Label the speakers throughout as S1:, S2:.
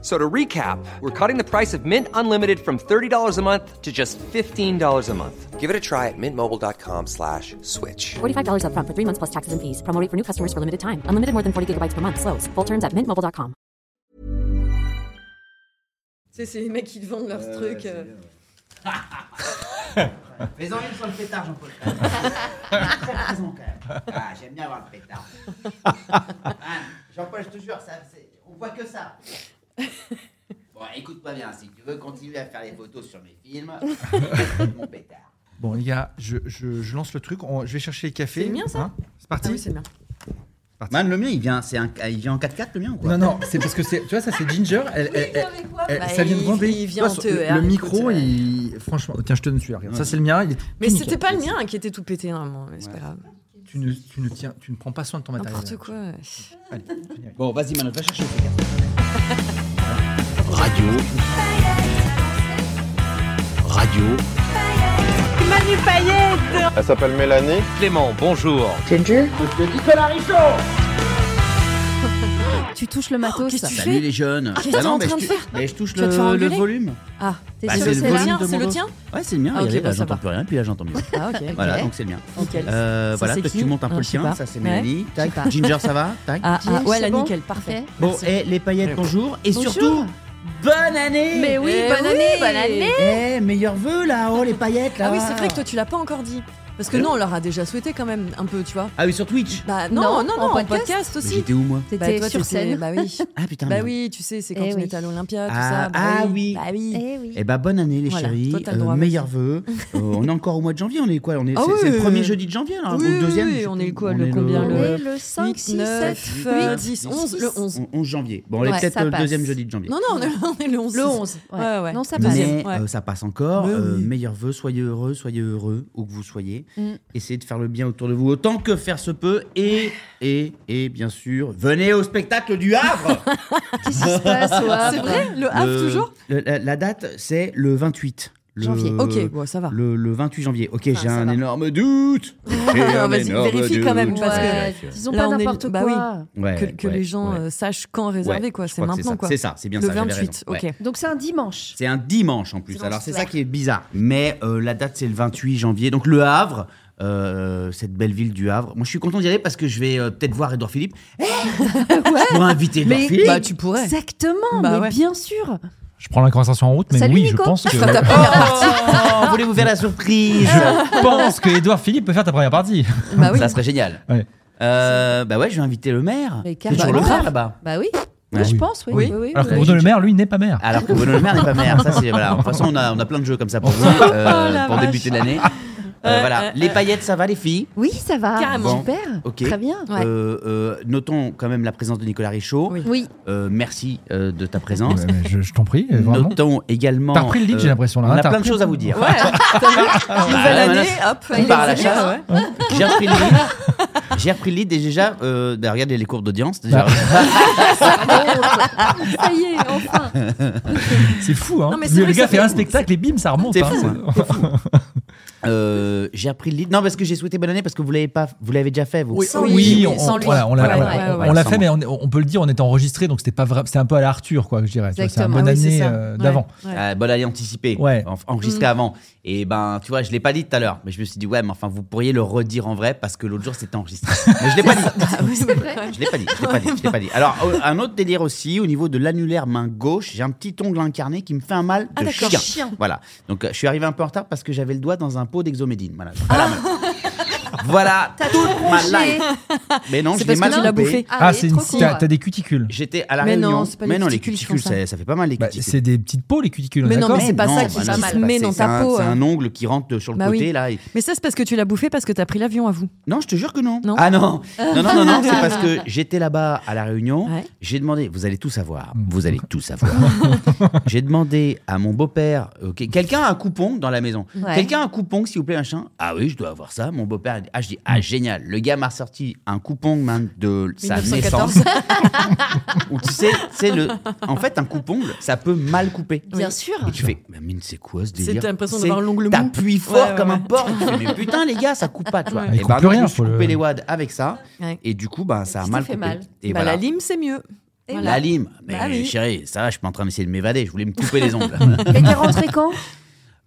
S1: So to recap, we're cutting the price of Mint Unlimited from $30 a month to just $15 a month. Give it a try at mintmobile.com slash switch.
S2: $45 upfront for three months plus taxes and fees. Promo rate for new customers for limited time. Unlimited more than 40 gigabytes per month. Slows. Full terms at mintmobile.com.
S3: Tu sais, c'est les mecs qui te vendent leurs trucs. euh.
S4: Mais en sur le pétard, Jean-Paul. quand même. très présent quand même. Ah, j'aime bien avoir le pétard. Ah, Jean-Paul, je te jure, ça, c'est- on voit que ça. Bon, écoute-moi bien, si tu veux continuer à faire les photos sur mes films, mon pétard.
S5: Bon, les gars, je, je- je lance le truc. On- je vais chercher les cafés.
S3: C'est le mien, ça
S5: Hein C'est parti
S3: Ah oui, c'est bien.
S4: Man, le mien, il vient, c'est un, il vient en 4x4, le mien ou quoi
S5: Non, non, c'est parce que c'est, tu vois, ça c'est Ginger. Elle, elle- elle- elle-
S3: Bah,
S5: ça vient de
S3: il-
S5: Vendée.
S3: il vient
S5: Tu vois,
S3: en
S5: sur- le,
S3: TER,
S5: le
S3: écoute,
S5: micro,
S3: ouais.
S5: il- franchement, oh, tiens, je te donne celui-là. Regarde, ça c'est le mien. Il est tout
S3: Mais
S5: nickel.
S3: c'était pas le mien hein, qui était tout pété normalement, mais c'est pas grave.
S5: Tu ne, tu ne tiens, tu ne prends pas soin de ton matériel.
S3: N'importe quoi. ouais.
S5: Allez, générique.
S4: Bon, vas-y, Manon, va chercher le pétard.
S6: Radio. Radio.
S7: Elle s'appelle Mélanie.
S1: Clément, bonjour.
S8: Tu touches le matos.
S3: Qu'est-ce que tu
S4: Salut
S3: fais
S4: les jeunes. Ah
S3: Qu'est-ce que t'es en
S4: mais,
S3: train
S4: je,
S3: de faire
S4: mais je touche
S3: Tu vas te faire
S4: le, le
S3: engueuler
S4: volume.
S8: Ah, t'es
S4: Bah,
S8: sûr
S4: c'est
S8: que
S4: le
S8: c'est
S3: C'est le
S4: volume
S8: là
S3: tien,
S4: de
S3: c'est
S4: mon
S3: le
S4: dos.
S3: tien
S4: Ouais, c'est le mien.
S3: Ah, ok,
S4: regardez,
S3: bah,
S4: bah,
S3: ça
S4: j'entends
S3: va.
S4: plus rien, puis là j'entends mieux.
S8: Ah, ok.
S4: Voilà,
S3: Ok.
S4: donc c'est le mien.
S3: Nickel.
S4: Euh,
S8: Ça,
S4: voilà,
S8: c'est
S4: toi
S8: qui
S4: tu montes un peu
S3: Ah,
S8: Non,
S4: le
S8: je sais
S4: tien,
S8: pas.
S4: ça c'est
S8: Ouais.
S4: Mélanie. Tac.
S8: pas.
S4: Ginger, ça va Tac.
S8: Ah, ah, ouais, la
S3: bon
S8: nickel,
S3: Parfait.
S8: parfait.
S4: Bon, et les paillettes, bonjour. Et
S3: Bonjour.
S4: surtout, bonne année
S8: Mais oui,
S3: Eh
S8: bonne
S3: oui,
S8: année, bonne année.
S4: Eh, meilleurs vœux là, oh les paillettes là
S3: Ah oui, c'est vrai que toi tu l'as pas encore dit. Parce que nous on leur a déjà souhaité quand même un peu, tu vois.
S4: Ah oui, sur Twitch
S3: Bah non, non,
S8: Non,
S3: non,
S8: en
S3: en podcast,
S8: podcast.
S4: Mais
S3: aussi.
S4: J'étais où moi
S3: Bah,
S8: T'étais
S3: toi,
S8: sur
S3: t'étais-
S8: scène.
S3: Bah oui.
S4: Ah putain,
S3: Bah
S4: merde.
S3: oui, tu sais, c'est quand
S8: Eh
S3: on
S8: oui.
S3: était à l'Olympia, tout
S4: Ah,
S3: ça. Bah
S4: ah oui.
S3: Bah oui.
S8: Eh oui.
S4: Eh bah bonne année les
S3: Voilà,
S4: chéris,
S3: toi, t'as le droit,
S4: meilleurs vœux. Euh, on est encore au mois de janvier, on est quoi On est
S3: Ah
S4: c'est,
S3: oui,
S4: c'est le
S3: oui,
S4: premier
S3: oui.
S4: jeudi de janvier alors
S3: Oui,
S4: ou le deuxième
S3: oui,
S4: je sais
S3: on
S4: plus.
S3: est le quoi, le combien,
S8: On
S3: le-
S8: est le 5,
S3: 8,
S8: 6,
S3: 9,
S8: 7,
S4: 8,
S8: 8.
S3: 10, 11, le 11.
S4: On, 11 janvier. Bon, on est
S8: Ouais,
S4: peut-être
S8: ça
S4: le
S8: passe.
S4: deuxième jeudi de janvier.
S3: Non, non, on est, on est le 11.
S8: Le 11. Ouais.
S3: Ouais, ouais.
S8: Non, ça passe.
S4: Mais
S3: Ouais.
S4: euh, ça passe encore.
S3: Mais
S4: Euh,
S3: oui.
S4: meilleurs vœux, soyez heureux, soyez heureux, où que vous soyez.
S8: Mm.
S4: Essayez de faire le bien autour de vous autant que faire se peut. Et, et, et bien sûr, venez au spectacle du Havre
S8: Qu'est-ce qui se passe au
S3: C'est
S8: Havre
S3: vrai Le Havre
S4: Le-
S3: toujours
S4: le- la, la date, c'est le 28. Le-
S8: Janvier.
S3: Ok, bon, ça va.
S4: Le, le 28 janvier. Ok, j'ai
S3: ça
S4: un
S3: va.
S4: énorme doute. J'ai
S3: Ah,
S4: un
S3: vas-y,
S4: énorme
S3: vérifie
S4: doute.
S3: quand même, parce
S8: Ouais,
S3: que-
S8: disons
S3: Là,
S8: pas
S3: on est-
S8: n'importe quoi.
S3: bah oui.
S4: Ouais,
S3: Que, que
S4: ouais,
S3: les gens
S4: ouais.
S3: euh, sachent quand réserver,
S4: Ouais,
S3: quoi.
S4: je
S3: C'est
S4: crois que
S3: maintenant,
S4: ça.
S3: quoi.
S4: C'est ça, c'est bien
S3: le
S4: ça. j'avais
S3: 28,
S4: raison.
S3: ok.
S4: Ouais.
S8: Donc c'est un dimanche.
S4: C'est un dimanche en plus.
S3: Dimanche
S4: Alors c'est
S3: soir.
S4: ça qui est bizarre. Mais euh, la date c'est le 28 janvier. Donc le Havre, euh, cette belle ville du Havre. Moi je suis content d'y aller parce que je vais euh, peut-être voir Edouard Philippe. Eh Je pourrais inviter Edouard Philippe.
S3: Bah, tu pourrais.
S8: Exactement,
S3: Bah
S8: mais
S3: ouais.
S8: bien sûr.
S9: Je prends la conversation en route, mais
S8: Salut,
S9: oui,
S8: Nico.
S9: je pense que
S4: Oh,
S3: Oh.
S4: voulez-vous faire la surprise
S9: je pense que Edouard Philippe peut faire ta première partie.
S3: Bah Ah, oui.
S4: Ça serait génial.
S9: Ouais.
S4: Euh, bah ouais, je vais inviter le maire.
S8: Mais
S4: C'est toujours
S8: carrément.
S4: le maire là-bas.
S8: Bah oui.
S4: Ouais.
S8: Je pense, oui.
S3: Oui.
S9: Alors que Bruno Le Maire, lui, n'est pas maire.
S4: Alors que Bruno Le Maire n'est pas maire, ça c'est voilà. De toute façon, on a, on a plein de jeux comme ça pour vous, euh,
S3: Oh, la
S4: pour
S3: vache.
S4: débuter l'année. Euh,
S3: Ouais,
S4: voilà,
S3: ouais,
S4: les paillettes, ça va les filles
S8: Oui, ça va.
S3: Carrément.
S8: Super.
S4: Ok.
S8: Très bien.
S3: Ouais.
S4: Euh, euh, notons quand même la présence de Nicolas Richaud.
S3: Oui.
S8: Oui.
S4: Euh, merci euh, de ta
S3: Ah.
S4: présence.
S9: Mais je je t'en prie, vraiment.
S4: Notons également.
S9: T'as repris le lead,
S4: euh,
S9: j'ai l'impression.
S4: On
S9: là.
S4: a
S9: T'as
S4: plein de
S9: repris-
S4: choses à vous dire.
S3: Ouais, t'as vu
S4: Bah,
S3: Nouvelle
S4: là, maintenant,
S3: année, hop,
S4: on part à la
S3: c'est
S4: chasse.
S3: bien, ouais.
S4: J'ai repris le lead. J'ai repris le lead et déjà, euh, bah, regardez les courbes d'audience. Déjà,
S9: Bah,
S8: Ça y est, enfin.
S9: C'est fou, hein.
S3: Non, mais c'est
S9: Le
S3: vrai que
S9: gars
S3: ça
S9: fait
S3: fait-
S9: un spectacle et bim, ça remonte.
S4: C'est
S9: hein.
S4: fou, hein. Euh, j'ai repris le lead. Non, parce que j'ai souhaité bonne année parce que vous l'avez pas, vous l'avez déjà fait. Vous.
S9: Oui,
S3: Sans lui.
S9: oui,
S3: Oui,
S9: on,
S3: sans lui.
S9: voilà, on l'a
S3: Ouais,
S9: voilà,
S3: ouais,
S9: on-
S4: ouais,
S9: on l'a
S4: sans
S9: fait,
S4: moi.
S9: mais on, est- on peut le dire, on était enregistré, donc c'était pas vrai, c'était un peu à la Arthur, quoi, je dirais. tu vois, C'est un
S8: Exactement.
S9: bonne
S3: Ah oui, c'est
S9: année
S3: ça.
S9: euh,
S3: Ouais,
S9: d'avant.
S3: ouais.
S4: Euh, bonne année anticipée,
S9: Ouais.
S4: en- enregistrée
S3: Mm.
S4: avant. Et ben, tu vois, je l'ai pas dit tout à l'heure, mais je me suis dit ouais, mais enfin, vous pourriez le redire en vrai parce que l'autre jour c'était enregistré. Mais je l'ai pas dit.
S3: Ah
S4: Je l'ai pas dit, je l'ai pas dit, je l'ai pas dit. Alors, euh, un autre délire aussi, au niveau de l'annulaire main gauche, j'ai un petit ongle incarné qui me fait un mal de
S3: Ah, d'accord,
S4: chien.
S3: chien.
S4: Voilà. Donc, euh, je suis arrivé un peu en retard parce que j'avais le doigt dans un pot d'exomédine. Voilà.
S3: Ah.
S4: Voilà, Voilà toute ma life. Mais non,
S3: C'est
S4: je
S3: parce
S4: l'ai
S3: que
S4: mal
S3: tu l'as
S4: coupé.
S3: bouffé.
S9: Ah, c'est
S8: c'est
S9: une-
S8: trop cool.
S9: t'as t'as des cuticules.
S4: J'étais à la
S3: Mais non,
S4: réunion.
S3: c'est pas les
S4: mais non, les
S3: cuticules qui font
S4: cuticules,
S3: ça.
S4: ça. ça fait pas mal les
S9: Bah,
S4: cuticules.
S9: c'est des petites peaux, les cuticules. on
S3: Mais
S9: est
S3: non,
S9: d'accord
S3: mais c'est pas
S4: non,
S3: ça
S4: bah
S3: qui,
S4: non,
S3: qui
S4: c'est
S3: se
S4: pas-
S3: met
S4: c'est-
S3: dans
S4: c'est
S3: ta
S4: un-
S3: peau.
S4: C'est
S3: euh.
S4: un ongle qui rentre de- sur le
S3: Bah
S4: côté
S3: oui.
S4: là. et-
S3: Mais ça, c'est parce que tu l'as bouffé parce que t'as pris l'avion à vous.
S4: Non, je te jure que non.
S3: Non.
S4: Ah non, non, non, non, non, c'est parce que j'étais là-bas à la réunion.
S3: Ouais.
S4: J'ai demandé, vous allez tout savoir, vous allez tout savoir. J'ai demandé à mon beau-père, euh, que- quelqu'un a un coupon dans la maison.
S8: Ouais.
S4: Quelqu'un a un coupon, s'il vous plaît, machin. Ah oui, je dois avoir ça. Mon beau-père a dit, ah Ah, je dis, ah, génial. Le gars m'a ressorti un coupon man, de sa
S3: 1914.
S4: naissance. où tu sais, c'est le. En fait, un coupon, ça peut mal couper.
S10: Bien sûr.
S4: Et tu fais, mais mine, c'est quoi ce délire
S3: C'est l'impression
S4: C'est-
S3: d'avoir l'ongle mou.
S4: T'appuies fort
S3: Ouais, ouais,
S4: comme un
S3: ouais.
S4: porc. Tu fais, mais putain, les gars, ça coupe pas, tu vois.
S9: Ouais, il
S4: et
S9: coupe
S4: ben,
S9: plus
S4: moi, je
S9: rien,
S4: me suis
S9: faut le-
S4: coupé les wads avec ça.
S10: Ouais.
S4: Et du coup, bah, ça a
S10: Puis
S4: mal
S10: ça fait
S4: coupé.
S10: mal.
S4: Et
S3: Bah, La
S4: voilà.
S3: lime, c'est mieux. Et
S4: La
S3: voilà.
S4: lime. Mais
S3: Bah oui.
S4: chérie, ça va, je suis pas en train d'essayer de m'évader. Je voulais me couper les ongles.
S8: Mais t'es rentré quand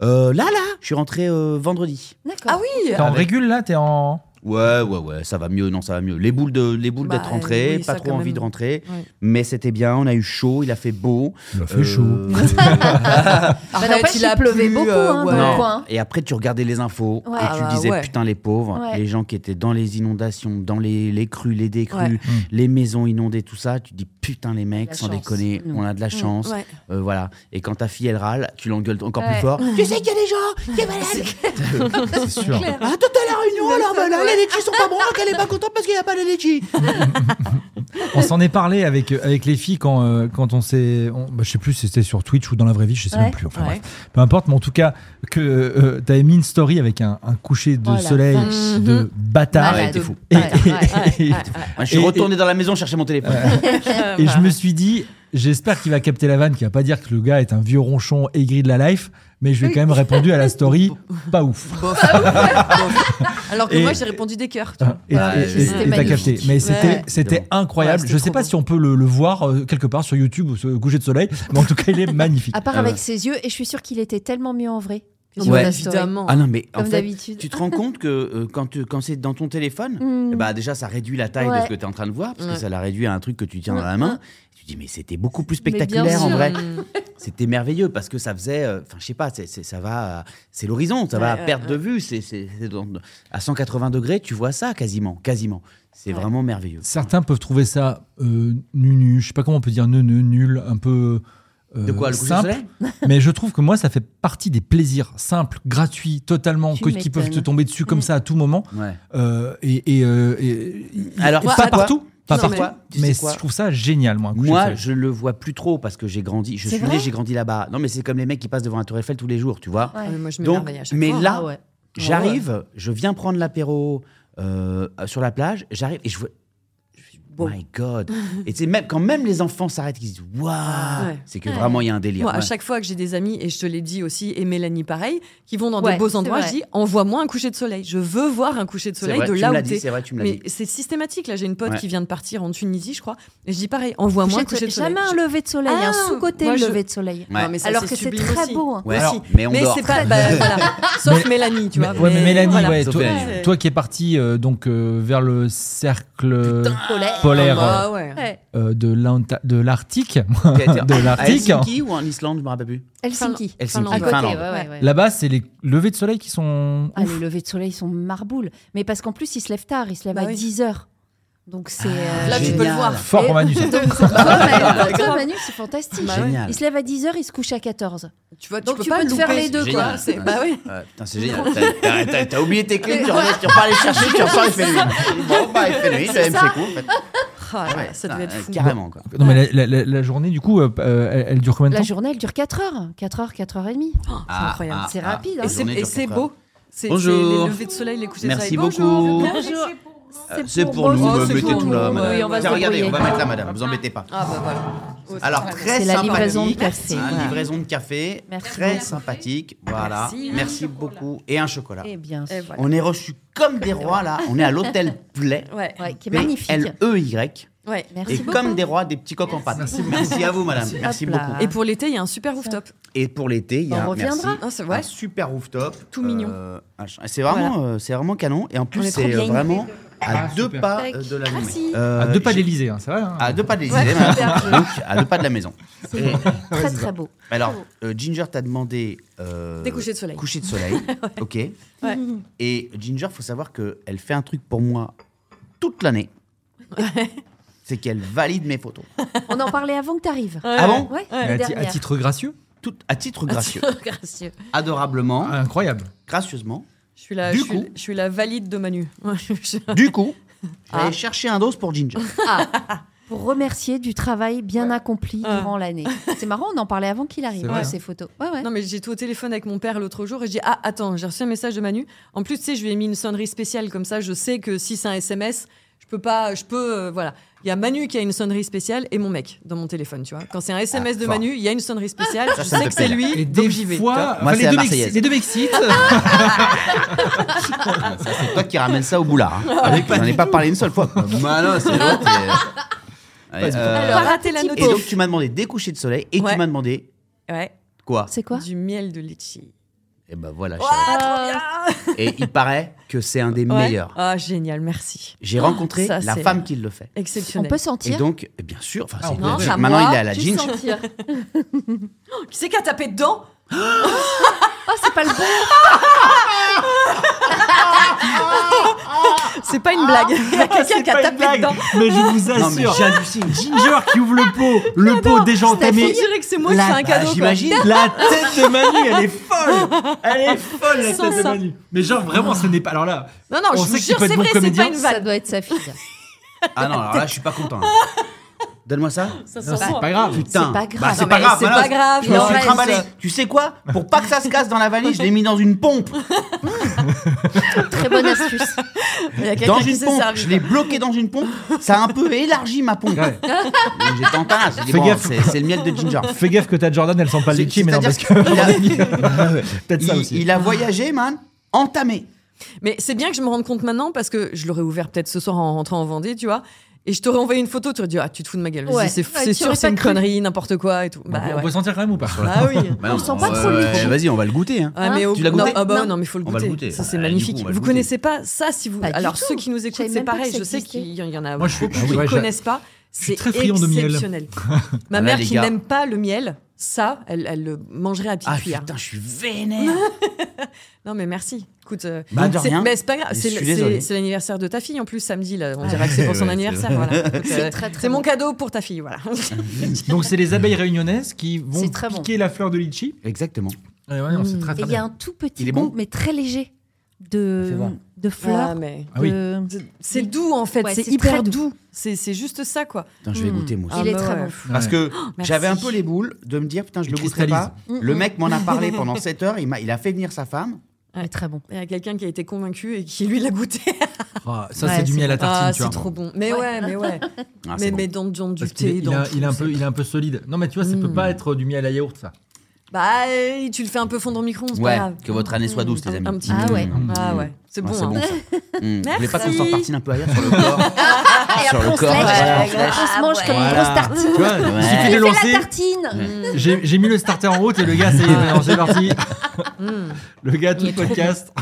S4: Euh, là, là, je suis rentré euh, vendredi.
S8: D'accord.
S3: Ah oui
S9: T'es en régule là T'es en.
S4: Ouais, ouais, ouais, ça va mieux, non, ça va mieux. Les boules de, les boules
S3: Bah,
S4: d'être rentrées,
S3: oui,
S4: pas
S3: ça,
S4: trop
S3: quand
S4: envie
S3: même.
S4: de rentrer,
S3: Ouais.
S4: mais c'était bien. On a eu chaud, il a fait beau.
S9: Il a
S4: Euh,
S9: fait chaud.
S8: Bah, n'empêche, il pleuvait beaucoup, hein, dans le
S4: non.
S8: coin.
S4: Et après, tu regardais les infos
S8: Ouais.
S4: et
S3: Ah
S4: tu
S3: bah,
S4: disais
S3: ouais.
S4: putain les pauvres,
S8: Ouais.
S4: les gens qui étaient dans les inondations, dans les, les crues, les décrues,
S3: Ouais.
S4: les maisons inondées, tout ça. Tu dis putain les mecs,
S8: La
S4: sans
S8: chance.
S4: déconner,
S8: Mm.
S4: on a de la chance,
S3: ouais.
S4: Euh, voilà. Et quand ta fille elle râle, tu l'engueules encore
S8: Ouais.
S4: plus fort.
S10: Tu sais qu'il y a des gens qui
S9: C'est sûr.
S10: Ah, toute la réunion, alors voilà, les litchis sont pas bons, qu'elle est pas contente parce qu'il n'y a pas de litchis.
S9: On s'en est parlé avec, euh, avec les filles quand, euh, quand on s'est. on- bah, je sais plus si c'était sur Twitch ou dans la vraie vie, je sais
S8: Ouais.
S9: même plus. Enfin
S3: Ouais.
S9: bref. Peu importe, mais en tout cas, que euh, t'avais mis une story avec un, un coucher de
S8: Oh la
S9: soleil
S8: vache.
S9: de bâtard.
S8: Malade.
S4: t'es fou.
S9: Et,
S8: Ouais,
S9: et-
S8: ouais,
S9: et-
S4: Moi, je suis
S9: Et-
S4: retourné dans la maison chercher mon téléphone.
S9: et je me suis dit, j'espère qu'il va capter la vanne, qu'il va pas dire que le gars est un vieux ronchon aigri de la life, mais je lui ai quand même répondu à la story, pas ouf.
S3: Alors que
S9: Et-
S3: moi, j'ai répondu des cœurs. tu vois.
S9: Et et-
S4: Ah,
S9: et-
S4: c'était
S9: et t'as
S8: magnifique.
S9: capté. Mais c'était,
S3: ouais.
S9: c'était
S4: Évidemment.
S9: incroyable.
S3: Ouais,
S9: je
S3: c'était
S9: sais
S3: trop
S9: pas
S3: beau.
S9: si on peut le, le voir euh, quelque part sur YouTube ou sur coucher de soleil, mais en tout cas, il est magnifique.
S8: À part
S4: Ah
S8: avec
S4: ouais.
S8: ses yeux, et je suis sûre qu'il était tellement mieux en vrai. que
S3: Ouais,
S8: sur la story.
S3: évidemment.
S4: Ah non, mais en
S8: Comme
S4: fait,
S8: d'habitude.
S4: tu te rends compte que euh, quand, tu- quand c'est dans ton téléphone,
S8: Mm.
S4: eh bah déjà ça réduit la taille de
S8: Ouais. Mm,
S4: ce que tu es en train de voir, parce
S3: Ouais.
S4: que ça la réduit à un truc que tu tiens dans la main. Tu te dis, mais c'était beaucoup plus
S8: Mais bien
S4: spectaculaire en
S8: sûr.
S4: vrai.
S3: Mm.
S4: C'était merveilleux parce que ça faisait, euh, enfin je sais pas, c'est, c'est- ça va, à- c'est l'horizon, ça va
S3: Ouais,
S4: à
S3: ouais,
S4: perte de vue, c'est, c'est- c'est dans- à 180 degrés, tu vois ça quasiment, quasiment. C'est vraiment merveilleux.
S9: Certains peuvent trouver ça euh, nunu, je sais pas comment on peut dire neuneu, nul, un peu euh,
S4: De quoi le coucher de
S9: simple.
S4: soleil
S9: Mais je trouve que moi, ça fait partie des plaisirs simples, gratuits, totalement,
S8: Tu
S9: que- qui peuvent te
S8: m'étonnes.
S9: tomber dessus comme ça à tout moment.
S4: Ouais.
S9: Euh, et, et, euh, et-
S4: Alors,
S9: et
S4: moi,
S9: pas
S4: à quoi
S9: partout, pas
S4: sais
S9: partout,
S4: quoi Tu sais
S9: mais
S4: quoi
S9: je trouve ça génial, moi. un coucher de
S4: Moi,
S9: soleil.
S4: je le vois plus trop parce que j'ai grandi. Je
S8: C'est
S4: suis né,
S8: vrai
S4: j'ai grandi là-bas. Non, mais c'est comme les mecs qui passent devant la Tour Eiffel tous les jours, tu vois.
S8: Ouais.
S3: Ah, mais Moi, je
S4: Donc,
S3: m'émerveille à chaque
S4: mais
S3: fois.
S4: là,
S3: Ah ouais.
S4: j'arrive, je viens prendre l'apéro euh, sur la plage, j'arrive et je vois. je fais,
S3: Wow.
S4: My God! Et tu sais, même, quand même les enfants s'arrêtent, ils se disent Waouh!
S3: Ah Ouais.
S4: C'est que vraiment il y a un délire.
S3: Moi, à
S4: Ouais.
S3: chaque fois que j'ai des amis, et je te l'ai dit aussi, et Mélanie pareil, qui vont dans
S8: Ouais,
S3: des beaux
S8: c'est
S3: endroits,
S8: vrai.
S3: je dis envoie-moi un coucher de soleil. Je veux voir un coucher de
S4: C'est
S3: soleil
S4: vrai,
S3: de
S4: tu
S3: là
S4: me l'as
S3: où
S4: dit,
S3: t'es.
S4: c'est vrai, tu me l'as
S3: Mais
S4: dit.
S3: c'est systématique. Là, j'ai une pote
S4: Ouais.
S3: qui vient de partir en Tunisie, je crois, et je dis pareil envoie-moi un coucher de soleil.
S8: Jamais un lever de soleil,
S3: Ah,
S8: un sous-côté
S3: moi, je-
S8: lever de soleil.
S4: Ouais.
S3: Non, mais ça,
S8: Alors que c'est
S3: sublime
S8: très
S3: aussi.
S8: beau. hein.
S4: Ouais,
S9: Alors,
S4: alors, mais on
S3: mais
S4: dort.
S3: c'est pas. bah, voilà. Sauf Mélanie, tu vois.
S9: Mais- ouais, mais Mélanie,
S3: voilà.
S9: ouais,
S4: Sauf
S9: toi,
S3: Mélanie.
S9: toi qui es parti euh, donc euh, vers le
S4: euh,
S9: cercle
S8: Polaire.
S9: polaire
S3: Ah, ouais.
S8: Ouais.
S9: euh, de l'Anta- de l'Arctique,
S4: T'es- t'es-
S9: de
S4: À
S3: Ah,
S9: l'Arctique.
S4: Helsinki ou en Islande, je me rappelle plus.
S8: Helsinki.
S4: Helsinki,
S8: À
S3: Finlande.
S8: côté,
S4: Finlande.
S8: ouais, ouais, ouais.
S9: Là-bas, c'est les levées de soleil qui sont.
S8: Ah, les levées de soleil sont marboules. Mais parce qu'en plus, ils se lèvent tard, ils se lèvent
S3: Bah
S8: à
S3: oui. Ah,
S8: 10 heures. Donc c'est. euh,
S3: Là, tu
S4: Génial.
S3: peux le voir.
S9: Fort
S8: Et-
S9: pour Manu, ça.
S8: Toi, Manu- toi, Manu, c'est fantastique.
S3: Bah
S4: ouais. Génial.
S8: Ils se lèvent à 10 heures, ils se couchent à 14.
S3: Tu vois, tu
S8: Donc
S3: peux
S8: tu
S3: pas
S8: peux te faire
S3: louper.
S8: les deux,
S4: Génial.
S8: quoi.
S4: Ouais,
S3: C'est-
S4: ouais.
S3: Bah oui.
S4: Ouais, Euh, putain, c'est génial. T'as- t'as- T'as t'as oublié tes clés, tu re- tu repars les chercher, tu repars, il fait nuit. Bon, bah, il fait nuit, j'avais chez quoi en fait.
S3: Ah,
S4: Ouais,
S3: ouais, ça devait être
S4: putain,
S3: fou. Oh,
S4: Carrément, quoi.
S9: Non, mais la, la- la- la journée, du coup, euh, euh, elle, elle dure combien de
S8: La
S9: temps
S8: journée, elle dure 4 heures. 4 heures, 4 heures et demie.
S4: Ah,
S3: incroyable.
S4: ah,
S8: C'est
S4: ah.
S8: rapide, hein.
S4: La
S3: Et c'est-
S4: journée
S3: Et
S4: dure
S3: c'est
S4: quatre heures.
S3: beau. C'est c'est
S4: Bonjour.
S3: les levées de soleil, les couchers de
S4: Merci
S3: soleil.
S4: beaucoup.
S3: Bonjour.
S4: Euh, C'est pour nous,
S3: Oh,
S4: me
S3: c'est
S4: mettez
S3: pour
S4: tout
S3: nous.
S4: là,
S3: Oui,
S4: madame.
S8: on va
S4: Tiens,
S8: se
S4: regardez,
S8: débrouiller.
S4: on va mettre là, madame, vous embêtez pas.
S3: Ah, bah voilà.
S4: Alors, très
S8: C'est la livraison de
S4: sympathique.
S8: café.
S4: Hein,
S8: Voilà.
S4: Livraison de café,
S8: Merci
S4: très
S8: beaucoup.
S4: sympathique. Voilà,
S3: Merci.
S4: merci, beaucoup. Et un chocolat.
S8: Eh bien,
S3: Et voilà.
S4: On est reçus comme des rois là, on est à l'hôtel Play.
S3: Ouais.
S8: ouais, qui est magnifique.
S4: L-E-Y.
S3: Ouais.
S8: Merci
S4: Et
S8: beaucoup.
S4: comme des rois, des petits coqs en pâte. Merci, à vous, madame. Merci
S8: Hop là.
S4: beaucoup.
S3: Et pour l'été, il y a un super rooftop.
S4: Et pour l'été, il y a
S8: On
S4: un-
S8: reviendra.
S4: merci,
S3: Ah, c'est vrai.
S4: un super rooftop.
S3: Tout mignon.
S4: un ch- C'est vraiment, euh, c'est vraiment canon. Et en plus,
S3: est trop
S4: c'est euh,
S3: bien.
S4: vraiment à
S9: Ah,
S4: deux
S9: super.
S4: pas euh, de la
S8: Merci.
S9: À deux pas
S4: de
S9: d'Elysée, hein, ça va hein
S4: À deux pas de l'Élysée, madame. Donc, à deux pas de la maison. Et-
S8: Très, très beau.
S4: Alors, euh, Ginger t'a demandé. euh,
S3: Des couchers de soleil.
S4: Coucher de soleil, ok. Et Ginger, faut savoir qu'elle fait un truc pour moi toute l'année. C'est qu'elle valide mes photos.
S8: On en parlait avant que t'arrives.
S4: Ah bon
S8: Ouais,
S9: Mais
S8: la
S9: à, ti- à
S8: dernière.
S9: titre gracieux
S4: Tout à titre gracieux.
S3: Gracieux.
S4: Adorablement,
S9: Ah, Incroyable.
S4: gracieusement.
S3: Je suis la,
S4: Du
S3: je suis,
S4: coup-
S3: je suis la valide de Manu. Ouais, je-
S4: Du coup, j'allais
S3: Ah.
S4: chercher un dos pour Ginger.
S8: pour remercier du travail bien accompli
S3: Ah.
S8: durant l'année. C'est marrant, on en parlait avant qu'il arrive,
S9: C'est vrai,
S8: ouais,
S9: hein.
S8: ces photos. Ouais, ouais.
S3: Non, mais j'étais au téléphone avec mon père l'autre jour et je dis Ah, attends, j'ai reçu un message de Manu. En plus, tu sais, je lui ai mis une sonnerie spéciale, comme ça, je sais que si c'est un SMS, je peux pas. Je peux. euh, voilà. Il y a Manu qui a une sonnerie spéciale et mon mec dans mon téléphone, tu vois. Quand c'est un SMS de
S4: fort.
S3: Manu, il y a une sonnerie spéciale, je
S4: ça me
S3: sais que
S4: fait
S3: c'est lui,
S9: Et
S3: donc
S9: des
S3: j'y vais.
S9: fois,
S4: Moi,
S9: enfin,
S4: c'est
S9: les,
S4: la
S9: deux
S4: Marseillaise.
S9: m'excitent, les deux m'excitent.
S4: Ça, c'est toi qui ramène ça au boulard. hein.
S3: Ah
S4: J'en ai pas parlé une seule fois. Malin, c'est l'autre. et- Ouais, euh,
S3: Pas rater la
S4: Et donc,
S3: notif.
S4: tu m'as demandé des couchers de soleil et
S3: Ouais.
S4: tu m'as demandé
S3: Ouais.
S4: quoi
S8: C'est quoi
S3: Du miel de litchi. Oh.
S4: Et ben voilà, je savais. Et il paraît que c'est un des
S3: Ouais.
S4: meilleurs.
S3: Ah, génial, merci.
S4: J'ai rencontré
S3: ça,
S4: la
S3: c'est-
S4: femme qui le fait.
S8: On
S3: Exceptionnel.
S8: peut
S4: Et
S8: sentir.
S4: donc, eh bien sûr, enfin,
S9: Ah,
S4: c'est
S9: on
S4: bien
S9: peut
S4: sûr.
S3: dire.
S4: maintenant
S3: Moi,
S4: il est à la
S8: Tu Ah,
S4: jean.
S8: sentir.
S3: Qui c'est qui a tapé dedans
S8: Oh, c'est pas le bon.
S3: C'est pas une blague. Ah, Il y a quelqu'un qui a tapé dedans.
S9: Mais je vous
S4: Non, mais
S9: assure,
S4: j'hallucine.
S9: Ginger qui ouvre le pot, le pot déjà
S3: Je
S9: entamé.
S3: dirais que c'est moi qui
S9: La-
S3: fais un
S4: Bah,
S3: cadeau. quoi.
S4: J'imagine.
S9: La tête de Manu, elle est folle Elle est folle la
S3: Sans
S9: tête de
S3: ça.
S9: Manu Mais genre vraiment, ce n'est pas... Alors là,
S3: Non, non,
S9: On
S3: je
S9: sait
S3: vous
S9: qu'il
S3: jure,
S9: peut être
S3: c'est
S9: bon
S3: vrai, c'est
S9: comédien.
S3: pas une
S8: Ça
S3: vanne.
S8: doit être sa fille.
S4: Ah non, alors là, je suis pas content. hein. Donne-moi ça.
S3: Ça
S9: non,
S3: sent
S9: c'est
S3: bon.
S9: pas grave.
S4: Putain.
S8: pas grave.
S4: Bah, c'est
S8: Non,
S4: pas
S3: mais
S4: grave.
S3: c'est
S4: voilà.
S3: pas grave,
S4: Je me
S8: il en
S4: suis
S8: reste.
S4: trimballé. Tu sais quoi Pour pas que ça se casse dans la valise, je l'ai mis dans une pompe.
S8: Très bonne astuce.
S3: Il y a
S4: Dans
S3: quelqu'un qui
S4: une
S3: s'est
S4: pompe.
S3: servi.
S4: Je l'ai bloqué dans une pompe. Ça a un peu élargi ma pompe.
S9: Ouais.
S4: Donc, J'étais en tasse. J'ai dit,
S9: Fais
S4: bon,
S9: gaffe.
S4: C'est c'est le miel de ginger.
S9: Fais gaffe que ta Jordan, elle sent pas le
S4: C'est-
S9: litchi, mais non, parce
S4: c'est-à-dire
S9: que... Ah
S4: qu'il
S9: Peut-être ça
S4: Il-
S9: aussi.
S4: il a voyagé, man, entamé.
S3: Mais c'est bien que je me rende compte maintenant parce que je l'aurais ouvert peut-être ce soir en rentrant en Vendée, tu vois. Et je t'aurais envoyé une photo, tu aurais dit Ah, tu te fous de ma gueule, vas-y,
S8: Ouais.
S3: c'est
S8: Ouais,
S3: c'est
S8: tu
S3: sûr,
S8: aurais
S3: c'est
S8: pas
S3: une
S8: cru.
S3: connerie, n'importe quoi et tout.
S9: On
S3: Bah,
S9: peut- on
S3: ouais.
S9: peut sentir quand même ou pas
S3: Bah oui.
S4: Bah non,
S8: sent pas
S4: on-
S8: trop le
S4: ouais,
S8: litchi.
S4: Vas-y, on va le goûter. hein.
S3: Ah, mais au-
S4: Tu l'as
S3: non,
S4: goûté
S3: ah bah
S8: Non.
S3: non, mais il faut le
S4: On va
S3: goûter.
S4: le goûter.
S3: Ça, c'est
S4: Ah, du
S3: magnifique.
S4: coup, on va le
S3: vous
S4: goûter.
S3: connaissez pas ça si vous.
S8: Pas du
S3: Alors,
S8: tout.
S3: ceux qui nous
S8: Je savais
S3: écoutent, c'est
S8: même pas
S3: pareil.
S8: que ça
S3: Je sais
S8: existait.
S3: qu'il y en- il y en a
S9: Moi, je suis-
S3: beaucoup
S9: ah
S3: qui
S9: oui, ouais,
S3: connaissent pas.
S9: je suis
S3: C'est
S9: très friand de miel.
S3: exceptionnel. Ma
S4: Ah là,
S3: mère
S4: les
S3: qui
S4: gars.
S3: n'aime pas le miel, ça, elle, elle le mangerait à petite
S4: Ah
S3: cuillère.
S4: putain, je suis vénère.
S3: Non, mais merci. Écoute, euh,
S4: Bah, de
S3: c'est-
S4: rien.
S3: mais c'est pas grave.
S4: Je
S3: C'est
S4: suis
S3: le-
S4: désolé.
S3: c'est- c'est l'anniversaire de ta fille en plus samedi. Là. On dirait que c'est pour son
S4: Ouais,
S3: anniversaire.
S4: c'est
S3: voilà. Donc, euh,
S8: très, très
S3: C'est
S8: bon.
S3: mon cadeau pour ta fille. Voilà.
S9: Donc c'est les abeilles réunionnaises qui vont
S8: C'est très bon.
S9: piquer la fleur de litchi.
S4: Exactement.
S9: Et ouais, non, c'est très
S8: Et
S9: très
S8: il y a
S9: bien.
S8: un tout petit
S4: Il est
S8: goût,
S4: bon
S8: mais très léger,
S4: Fais
S8: de,
S4: voir.
S8: de fleurs.
S3: Ah, mais
S9: Ah oui.
S8: de-
S3: C'est doux en fait.
S8: Ouais,
S3: c'est
S8: c'est
S3: hyper
S8: très
S3: doux. C'est c'est juste ça quoi.
S4: Putain, je vais
S8: Hmm.
S4: goûter moi
S8: Il
S4: aussi.
S8: est
S3: bah
S8: très
S3: ouais.
S8: bon.
S4: Parce que
S3: Merci.
S4: j'avais un peu les boules de me dire putain, je
S9: Il
S4: le goûterai pas.
S8: Mm,
S4: Le
S8: mm.
S4: mec m'en a parlé pendant 7 heures, il m'a il a fait venir sa femme.
S8: Il est très bon.
S3: Il y a quelqu'un qui a été convaincu et qui lui l'a goûté.
S9: Ah, ça,
S8: Ouais,
S9: c'est du
S8: c'est
S9: miel à tartine,
S3: Ah,
S9: tu vois.
S3: c'est trop bon. Mais ouais, mais ouais.
S4: Ah,
S3: mais,
S4: c'est bon.
S3: mais dans, dans du
S9: Parce
S3: thé.
S9: qu'il est- il,
S3: dans
S9: a-
S3: tout,
S9: il est un peu,
S3: c'est-
S9: il est un peu solide. Non, mais tu vois, ça peut pas être du miel à yaourt, ça.
S3: Bah, euh, tu le fais un peu fondre au micro, c'est
S4: Ouais,
S3: pas grave.
S4: que votre année soit douce, les
S3: Un-
S4: amis. Mm.
S3: un petit
S8: Ah ouais.
S3: Ah ouais, c'est
S4: Ouais,
S3: bon.
S4: c'est
S3: hein.
S4: bon ça. Mm. Vous voulez pas qu'on
S3: Merci.
S4: s'en repartine un peu ailleurs sur le corps Sur le
S8: On se,
S4: corps.
S8: lèche,
S4: voilà, on se lèche.
S8: on se mange comme une
S4: Voilà.
S8: grosse tartine.
S9: Tu vois, il
S4: Ouais.
S9: suffit
S8: Il
S9: de
S8: fait
S9: lancer.
S8: la tartine.
S9: J'ai j'ai mis le starter en route et le gars, ça y est, maintenant, c'est parti.
S3: Hmm.
S9: Le gars, tout
S8: Il est
S9: le podcast.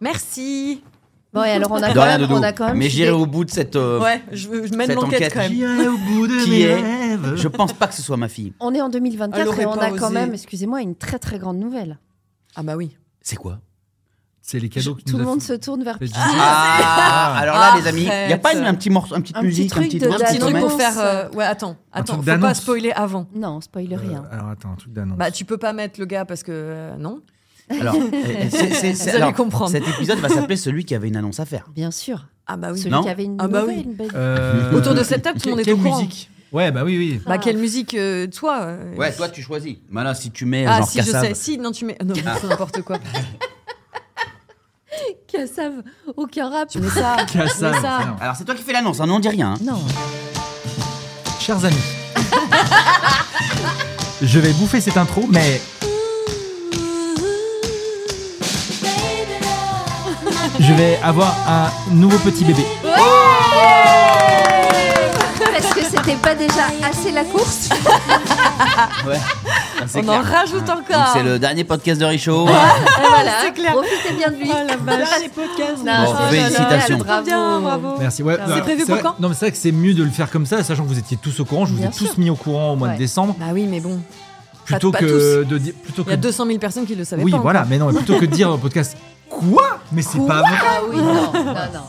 S3: Merci.
S8: Bon, et alors on a
S4: De
S8: quand
S4: rien,
S8: même,
S4: Doudou.
S8: on a quand même
S4: Mais j'irai
S8: filé-
S4: au bout de cette. euh,
S3: Ouais, je, veux- je mène
S4: Cette
S3: l'enquête
S4: enquête
S3: quand même.
S4: qui-
S9: J'irai au bout de
S4: Qui
S9: mes
S4: est-
S9: rêves.
S4: Je pense pas que ce soit ma fille.
S8: On est en
S3: Elle
S8: 2024
S3: aurait
S8: et on
S3: pas
S8: a quand
S3: osé.
S8: même, excusez-moi, une très très grande nouvelle.
S3: Ah bah oui.
S4: C'est quoi
S9: C'est les cadeaux que
S8: Tout
S9: nous
S8: le
S9: a
S8: monde
S9: fait-
S8: se tourne vers
S9: fait
S8: Pete.
S9: Gigi.
S4: Ah, alors là, les
S3: Arrête.
S4: amis, il n'y a pas une, un petit morceau, un petite
S8: Un petit
S4: musique,
S8: truc
S4: un petit
S8: de
S4: truc,
S3: Un petit truc pour
S8: d'annonce.
S3: faire. euh, ouais, attends, attends,
S9: truc
S3: faut pas
S9: d'annonce.
S3: spoiler avant.
S8: Non, spoil
S9: Euh,
S8: rien.
S9: alors attends, un truc d'annonce.
S3: Bah, tu peux pas mettre le gars parce que. euh, non.
S4: Alors, euh, c'est- c'est- c'est-
S3: Vous allez
S4: alors,
S3: comprendre.
S4: Cet épisode va s'appeler celui qui avait une annonce à faire.
S8: Bien sûr.
S3: Ah bah oui.
S8: Celui
S4: Non.
S8: qui avait une
S3: Ah bah
S8: nouvelle,
S3: oui.
S8: une belle-
S9: Euh,
S3: Autour de cette table, tout le monde est
S9: quelle
S3: au courant.
S9: musique Ouais, bah oui, oui.
S3: Bah, quelle musique, euh, toi euh,
S4: tu choisis. Voilà, si tu mets
S3: Ah,
S4: genre
S3: si, je
S4: Kassav.
S3: sais. Si, non, tu mets. Non,
S9: Ah.
S3: c'est n'importe quoi. Euh.
S8: Qu'elles savent aucun rap.
S3: Mais ça.
S9: Kassav,
S3: mais ça.
S9: merde.
S4: Alors, c'est toi qui fais l'annonce, hein, non, on dit rien. hein.
S8: Non.
S9: Chers amis, je vais bouffer cette intro, mais. Je vais avoir un nouveau petit bébé.
S8: Parce que c'était pas déjà assez la course.
S4: Ouais. Ah, c'est
S3: On en
S4: clair.
S3: rajoute
S4: Ah.
S3: encore.
S4: Donc, c'est le dernier podcast de Richaud.
S8: Et Ah, voilà.
S3: C'est clair.
S8: Profitez bien de lui.
S3: Oh la vache. les podcasts.
S8: Non,
S4: Bon,
S8: c'est génial,
S4: félicitations.
S8: Bravo.
S3: Bien, bravo.
S9: Merci. Ouais,
S3: C'est prévu pour
S9: vrai-
S3: quand
S9: Non, mais c'est vrai que c'est mieux de le faire comme ça, sachant que vous étiez tous au courant. Je vous
S8: Bien
S9: ai tous
S8: sûr.
S9: mis au courant au mois de
S8: Ouais.
S9: décembre.
S3: Bah oui, mais bon.
S9: Plutôt
S3: pas
S9: que de dire. Plutôt
S3: Il y a
S9: que-
S3: 200 000 personnes qui le savaient
S9: Oui,
S3: pas.
S9: voilà, mais non, mais plutôt que de dire au podcast. Quoi Mais c'est pas vrai
S8: Ah oui, non, non, non.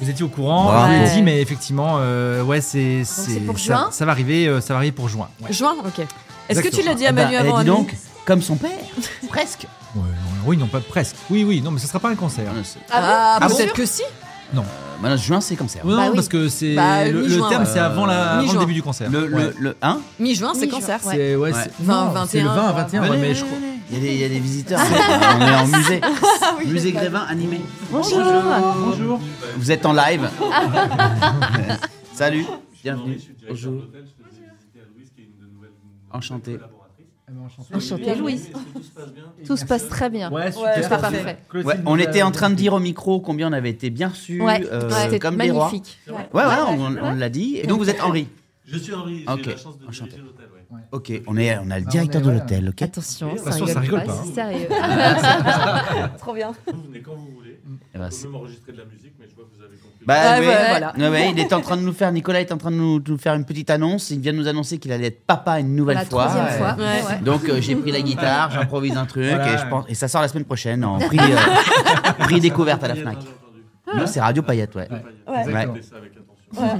S9: Vous étiez au courant,
S4: Bravo.
S9: je vous ai
S3: Ouais.
S9: dit, mais effectivement, euh, ouais, c'est.
S8: c'est pour
S9: ça,
S8: juin
S9: ça va arriver, euh, ça va arriver pour juin. Ouais.
S3: Juin, ok. Est-ce que tu l'as dit à
S4: Eh ben,
S3: Manu
S4: eh,
S3: avant Amélie
S4: dis donc, comme son père. Presque.
S9: Ouais, non, oui, non, pas presque. Oui, oui, non, mais ce sera pas un concert.
S4: Ah, non, c'est-
S3: Ah,
S4: Ah bon
S3: peut-être que si.
S9: Non.
S4: euh, Maintenant, juin, c'est concert.
S9: Non,
S8: Bah oui.
S9: parce que c'est
S3: Bah,
S9: le, le
S3: mi-juin,
S9: terme,
S3: ouais.
S9: c'est avant, la, avant le
S3: Mi-juin.
S9: début du concert.
S4: Euh, Le,
S9: Ouais.
S4: le, le, hein
S3: Mi-juin, c'est
S8: Mi-juin,
S3: cancer.
S8: ouais.
S9: C'est
S4: Ouais.
S9: ouais, c'est-
S3: 20,
S9: non, c'est le
S3: 21,
S9: 20
S3: quoi.
S9: 21, ouais,
S4: Allez,
S9: mais je crois.
S4: Il y, a des- il y a des visiteurs. on est en musée. musée Grévin animé.
S8: Bonjour.
S9: Bonjour.
S4: Vous êtes en live. Salut. Bienvenue. Bonjour. Enchanté.
S8: Enchantée, Louise. Tout se passe très bien.
S9: Ouais, euh, super.
S3: Ouais,
S8: Tout parfait.
S4: Ouais, on
S11: euh,
S4: était en train de dire au micro combien on avait été bien reçus,
S8: Ouais,
S4: euh,
S8: c'était
S4: comme des rois.
S8: magnifique. Ouais.
S4: Ouais, ouais, on, on l'a dit. Et donc vous êtes Henri.
S11: Je suis Henri, j'ai
S4: Ok,
S11: la chance de
S4: enchanté.
S11: diriger l'hôtel. Ouais.
S4: Ok, on, est, on a le directeur de
S11: euh,
S4: l'hôtel, ok
S8: Attention, ça
S9: façon,
S8: rigole,
S9: ça rigole
S8: pas,
S9: pas, hein.
S8: c'est sérieux. Ah,
S3: Trop bien.
S11: Vous venez quand vous voulez.
S4: Eh ben,
S11: vous
S4: c'est-
S11: pouvez m'enregistrer de la musique, mais je vois que vous avez compris.
S4: Bah
S3: Ah,
S4: oui,
S3: ouais, voilà.
S4: Ouais, ouais, il est en train de nous faire, Nicolas est en train de nous, de nous faire une petite annonce. Il vient de nous annoncer qu'il allait être papa une nouvelle
S8: La
S4: fois.
S8: troisième
S4: Ouais.
S8: fois.
S3: Ouais.
S8: Ouais.
S4: Donc euh, j'ai pris la guitare, j'improvise un truc
S9: Voilà.
S4: et, je pense, et ça sort la semaine prochaine en prix, euh, prix découverte à la
S11: Paillettes,
S4: FNAC.
S11: hein, j'ai entendu.
S4: Non, c'est Radio Paillette, ouais.
S11: Paillettes.
S3: Ouais.
S4: Ouais.
S11: Écoutez ça avec attention.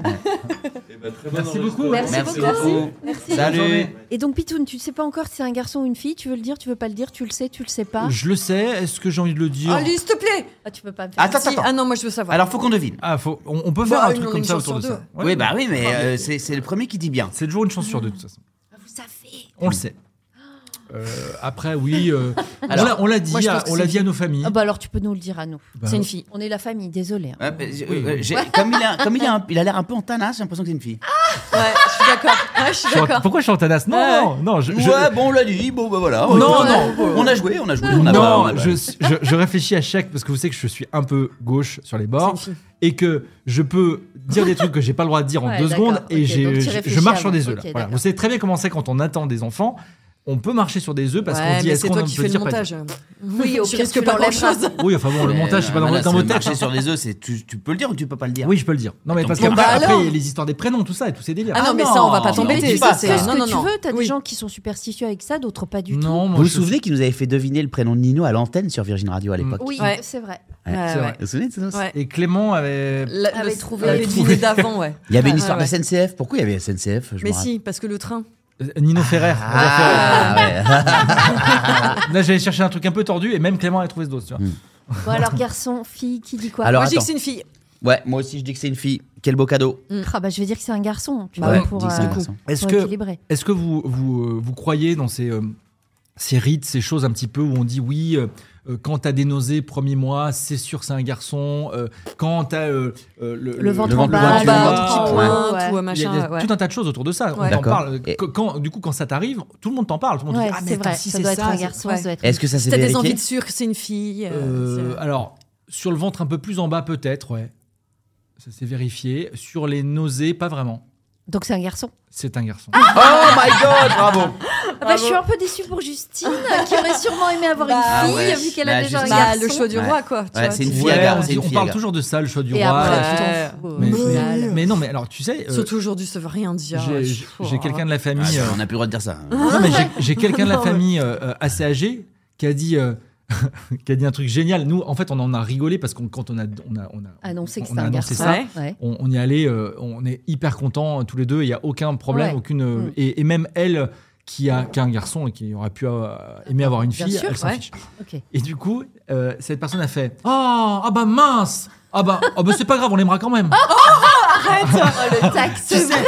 S11: Eh ben, très bon
S9: Merci
S11: enregistrement.
S9: beaucoup.
S8: Merci
S4: Merci
S8: beaucoup.
S4: beaucoup.
S8: Merci.
S4: Salut.
S8: Et donc, Pitoun, tu ne sais pas encore si c'est un garçon ou une fille. Tu veux le dire, tu veux pas le dire, tu le sais, tu le sais pas.
S9: Je le sais, est-ce que j'ai envie de le dire
S3: Allez, s'il te plaît.
S8: Ah, tu peux pas me faire.
S4: Attends,
S3: Si-
S4: attends,
S3: Ah
S4: attends.
S3: non, moi je veux savoir.
S4: Alors faut qu'on devine.
S9: Ah, faut, on, on peut faire
S3: Bah,
S9: un
S3: une-
S9: truc
S3: une
S9: comme ça
S3: chance
S9: autour de
S3: sur
S9: ça.
S3: deux.
S9: Ouais.
S4: oui, bah oui, mais euh, c'est c'est le premier qui dit bien.
S9: C'est toujours une chance sur deux, de toute façon.
S8: Vous savez.
S9: On le sait. Euh, après, oui. euh, on
S4: Alors,
S9: l'a- on l'a dit,
S3: moi, je
S9: à-
S3: pense que
S9: on l'a
S3: c'est
S9: dit à nos familles.
S8: Ah bah alors, tu peux nous le dire à nous.
S9: Bah,
S3: C'est une fille.
S8: On est la famille, désolé. hein.
S4: Ouais, bah, j'ai- euh, j'ai- Comme il a, comme il a, un- il a l'air un peu en tanasse, j'ai l'impression que c'est une fille.
S3: Ouais, je suis d'accord. Ouais, je suis
S9: je suis en-
S3: d'accord.
S9: Pourquoi je suis en tanasse Non,
S3: Ouais.
S9: non, non. Je, je-
S4: Ouais, bon, on l'a dit, bon, bah voilà.
S9: Non,
S4: On-
S9: non.
S4: On a joué, on a joué. On a pas- on a
S9: Non,
S4: pas-
S9: je, je- je réfléchis à chaque parce que vous savez que je suis un peu gauche sur les bords
S3: C'est une
S9: et que je peux dire des trucs que j'ai pas le droit de dire en
S8: Ouais,
S9: deux
S8: d'accord,
S9: secondes et
S8: ok, donc
S9: j'ai- je,
S8: tu
S9: je
S8: réfléchis
S9: marche
S8: avant.
S9: sur des œufs.
S8: Ok,
S9: là. Voilà.
S8: d'accord.
S9: Vous savez très bien comment c'est quand on attend des enfants, on peut marcher sur des œufs parce
S3: Ouais,
S9: qu'on dit
S3: mais
S9: est-ce
S3: c'est
S9: qu'on
S3: toi
S9: en
S3: qui
S9: peut
S3: fais le
S9: dire pas
S3: montage. Oui,
S8: au
S3: tu
S8: pire,
S3: risques
S8: tu
S3: pas grand
S8: l'enlèveras.
S3: chose.
S9: Oui, enfin bon, le
S4: Mais, euh,
S9: montage, c'est pas dans,
S4: voilà,
S9: dans
S4: c'est
S9: votre tête.
S4: Marcher sur des œufs, c'est- tu, tu peux le dire ou tu peux pas le dire
S9: Oui, je peux le dire. Non, mais
S4: Attends,
S9: parce
S4: bon,
S9: qu'après,
S3: bah alors.
S9: après, il y a les histoires des prénoms, tout ça et tous ces délires.
S3: Ah non, mais
S4: non,
S3: ça, on va pas
S4: non, mais
S3: t'embêter.
S4: dis
S3: ça,
S4: pas
S3: c'est-
S8: Fais ce
S3: Non,
S8: que
S3: non,
S8: tu
S3: non.
S8: veux, t'as
S3: Oui.
S8: des gens qui sont superstitieux avec ça, d'autres pas du
S9: non, moi,
S4: Vous vous
S9: je-
S4: souvenez qu'ils nous avaient fait deviner le prénom de Nino à l'antenne sur Virgin Radio à l'époque
S8: tout. Oui,
S3: Ouais.
S8: c'est vrai.
S4: Ouais,
S3: Ouais,
S9: c'est
S3: ouais.
S9: vrai.
S4: Vous vous souvenez de ça
S3: Ouais.
S9: Et Clément avait. euh,
S3: La-
S8: Avait
S3: le-
S8: trouvé.
S3: avait
S8: Avait
S3: deviné d'avant, ouais.
S4: Il y avait une
S3: Ouais,
S4: histoire
S3: ouais.
S4: de SNCF. Pourquoi il y avait SNCF je me
S3: Mais
S4: rappelle.
S3: si, parce que le train.
S9: euh, Nino Ferrer.
S4: Ah, ouais.
S9: Là, j'allais chercher un truc un peu tordu et même Clément avait trouvé ce dos. tu vois.
S4: Hmm.
S8: Bon, alors, garçon, fille, qui dit quoi
S4: Alors,
S3: Moi, je dis que
S4: attends.
S3: c'est une fille.
S4: Ouais, moi aussi, je dis que c'est une fille. Quel beau cadeau.
S8: Ah bah, je vais dire que c'est un garçon. Tu
S4: Ouais,
S8: vois,
S4: je
S8: pour,
S4: dis que c'est un
S8: euh,
S4: garçon.
S9: Est-ce
S8: pour
S9: que,
S8: équilibrer.
S9: est-ce que vous, vous, euh, vous croyez dans ces, euh, ces rites, ces choses un petit peu où on dit oui, euh, euh, quand t'as des nausées, premier mois, c'est sûr que c'est un garçon, euh, quand t'as euh, euh, le,
S8: Le ventre
S4: le
S8: en
S4: ventre
S8: bas,
S4: en
S8: le
S4: bas,
S8: ventre
S4: un
S8: qui
S4: petit
S8: pointe,
S3: point,
S8: ouais.
S3: tout euh,
S9: il y a, il y a
S3: machin. ouais.
S9: tout un tas de choses autour de ça.
S3: Ouais.
S9: On en
S4: D'accord.
S9: parle.
S4: Et-
S9: Qu- Quand, du coup, quand ça t'arrive, tout le monde t'en parle. Tout le monde
S8: Ouais,
S9: dit, ah, mais
S8: c'est
S9: attends,
S8: vrai,
S9: si
S8: ça
S9: c'est
S8: doit être un
S9: c'est-
S8: garçon,
S3: ouais.
S8: ça doit être.
S4: Est-ce que ça
S3: Si
S4: s'est
S3: t'as des
S4: vérifié
S3: envies de sûr que c'est une fille.
S9: Euh,
S3: euh,
S9: alors, sur le ventre un peu plus en bas, peut-être, ouais. Ça s'est vérifié. Sur les nausées, pas vraiment.
S8: Donc c'est un garçon.
S9: C'est un garçon.
S4: Oh my god, bravo
S8: Ah bah, je suis un peu déçue pour Justine, qui aurait sûrement aimé avoir
S3: Bah,
S8: une fille,
S4: ouais.
S8: vu qu'elle
S4: Bah,
S8: a déjà un
S3: c'est-
S4: Justine.
S3: Bah,
S8: garçon.
S3: le choix du
S4: Ouais.
S3: roi, quoi. tu
S4: Ouais,
S3: vois,
S4: c'est une
S3: tu-
S4: fille à
S9: Ouais,
S4: gare,
S9: on
S4: c'est une
S9: dit- on
S4: fille à
S9: parle
S4: gare.
S9: toujours de ça, le choix du
S8: Et
S9: roi.
S8: après,
S9: euh,
S3: Ouais.
S8: tu t'en fous. au
S9: mais,
S8: final.
S9: mais- mais non, mais alors tu sais, euh,
S3: Surtout aujourd'hui, ça veut rien dire.
S9: j'ai-
S3: ouais.
S9: j'ai
S3: Pfff,
S9: j'ai quelqu'un de la
S4: Ah,
S9: famille,
S4: On n'a plus le droit de dire ça. hein.
S9: euh,
S8: Ah,
S9: non, mais j'ai- j'ai quelqu'un de la famille euh, euh, assez âgé qui a dit. euh, qui a dit un truc génial. Nous, en fait, on en a rigolé parce qu'on quand on a on a on a
S8: Annoncé que
S9: on
S8: c'était
S9: a
S8: un
S9: annoncé
S8: garçon.
S9: ça,
S3: Ouais.
S8: Ouais.
S9: on, on y allait, euh, on est hyper contents euh, tous les deux, il n'y a aucun problème,
S8: Ouais.
S9: aucune, euh,
S8: Mm.
S9: et, et même elle qui a, qui a un garçon et qui aurait pu euh, aimer avoir une
S8: Bien
S9: fille,
S8: sûr,
S9: elle s'en
S8: ouais. Oh,
S9: fiche.
S8: Ok.
S9: Et du coup, euh, cette personne a fait Ah, ah bah mince Ah bah, ah bah c'est pas grave, on l'aimera quand même
S8: Tac, c'est vrai.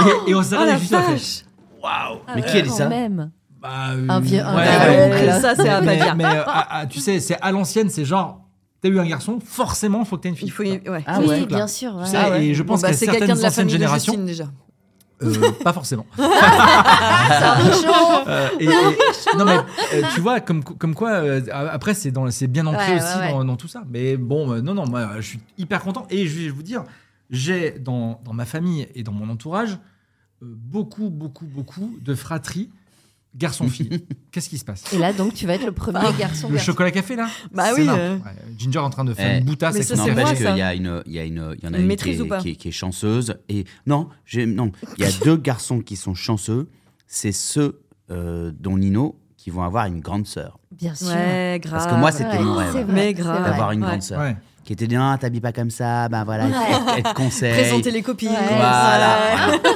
S9: et, et on s'est
S3: Ah, la
S9: juste à fait
S3: vache.
S8: Ah,
S4: Mais qui a dit
S8: Quand
S4: ça
S8: même.
S9: bah, euh,
S8: Un vieux- un
S9: ouais,
S8: vieux
S9: ouais,
S8: oncle.
S9: ouais.
S3: Ça, c'est à pas
S9: Mais-
S3: dire.
S9: Mais euh, ah, ah, tu sais, c'est à l'ancienne, c'est genre T'as eu un garçon, forcément, faut que t'aies une fille.
S3: Il faut y- ouais.
S9: Ah ouais.
S8: oui, bien sûr.
S9: Tu
S8: ouais.
S9: sais,
S3: Ah ouais.
S9: Et je
S3: Bon,
S9: pense
S3: bah,
S9: qu'à
S3: c'est quelqu'un
S9: certaines
S3: de la
S9: anciennes
S3: famille de Justine
S9: générations,
S3: déjà.
S9: Euh, pas forcément. Euh,
S3: Ah
S9: et- et- non mais euh, tu vois comme comme quoi euh, après c'est dans c'est bien ancré
S8: Ouais,
S9: aussi
S8: ouais, ouais.
S9: Dans, dans tout ça. Mais bon euh, non non moi je suis hyper content et je vais vous dire j'ai dans dans ma famille et dans mon entourage euh, beaucoup beaucoup beaucoup de fratries garçon fille. Qu'est-ce qui se passe
S8: Et là, donc, tu vas être le premier garçon.
S9: Le
S8: garçon.
S9: chocolat café là
S3: Bah
S9: C'est
S3: oui,
S9: énorme.
S3: euh.
S9: Ouais, Ginger est en train de faire
S4: Eh,
S9: une boutasse
S3: mais
S9: avec
S3: ça,
S9: son
S3: c'est
S9: cerveau.
S3: moi,
S4: N'empêche qu'il
S3: ça.
S4: y a une, il y a une, il y en a
S3: Une
S4: une qui
S3: maîtrise ou
S4: est,
S3: pas
S4: qui, est- qui est chanceuse et non, j'ai non, il y a deux garçons qui sont chanceux, c'est ceux euh, dont Nino qui vont avoir une grande sœur.
S8: Bien sûr.
S3: Ouais, grave.
S4: Parce que moi, c'était
S8: Ouais,
S4: mon
S8: c'est
S4: rêve
S8: vrai,
S3: Mais
S8: c'est
S3: grave.
S8: vrai.
S4: d'avoir une
S3: Ouais.
S4: grande sœur
S9: Ouais.
S4: qui était dit non, t'habilles pas comme ça, ben voilà, il faut être conseil.
S3: Présenter les copines.
S8: Ouais.
S4: Voilà,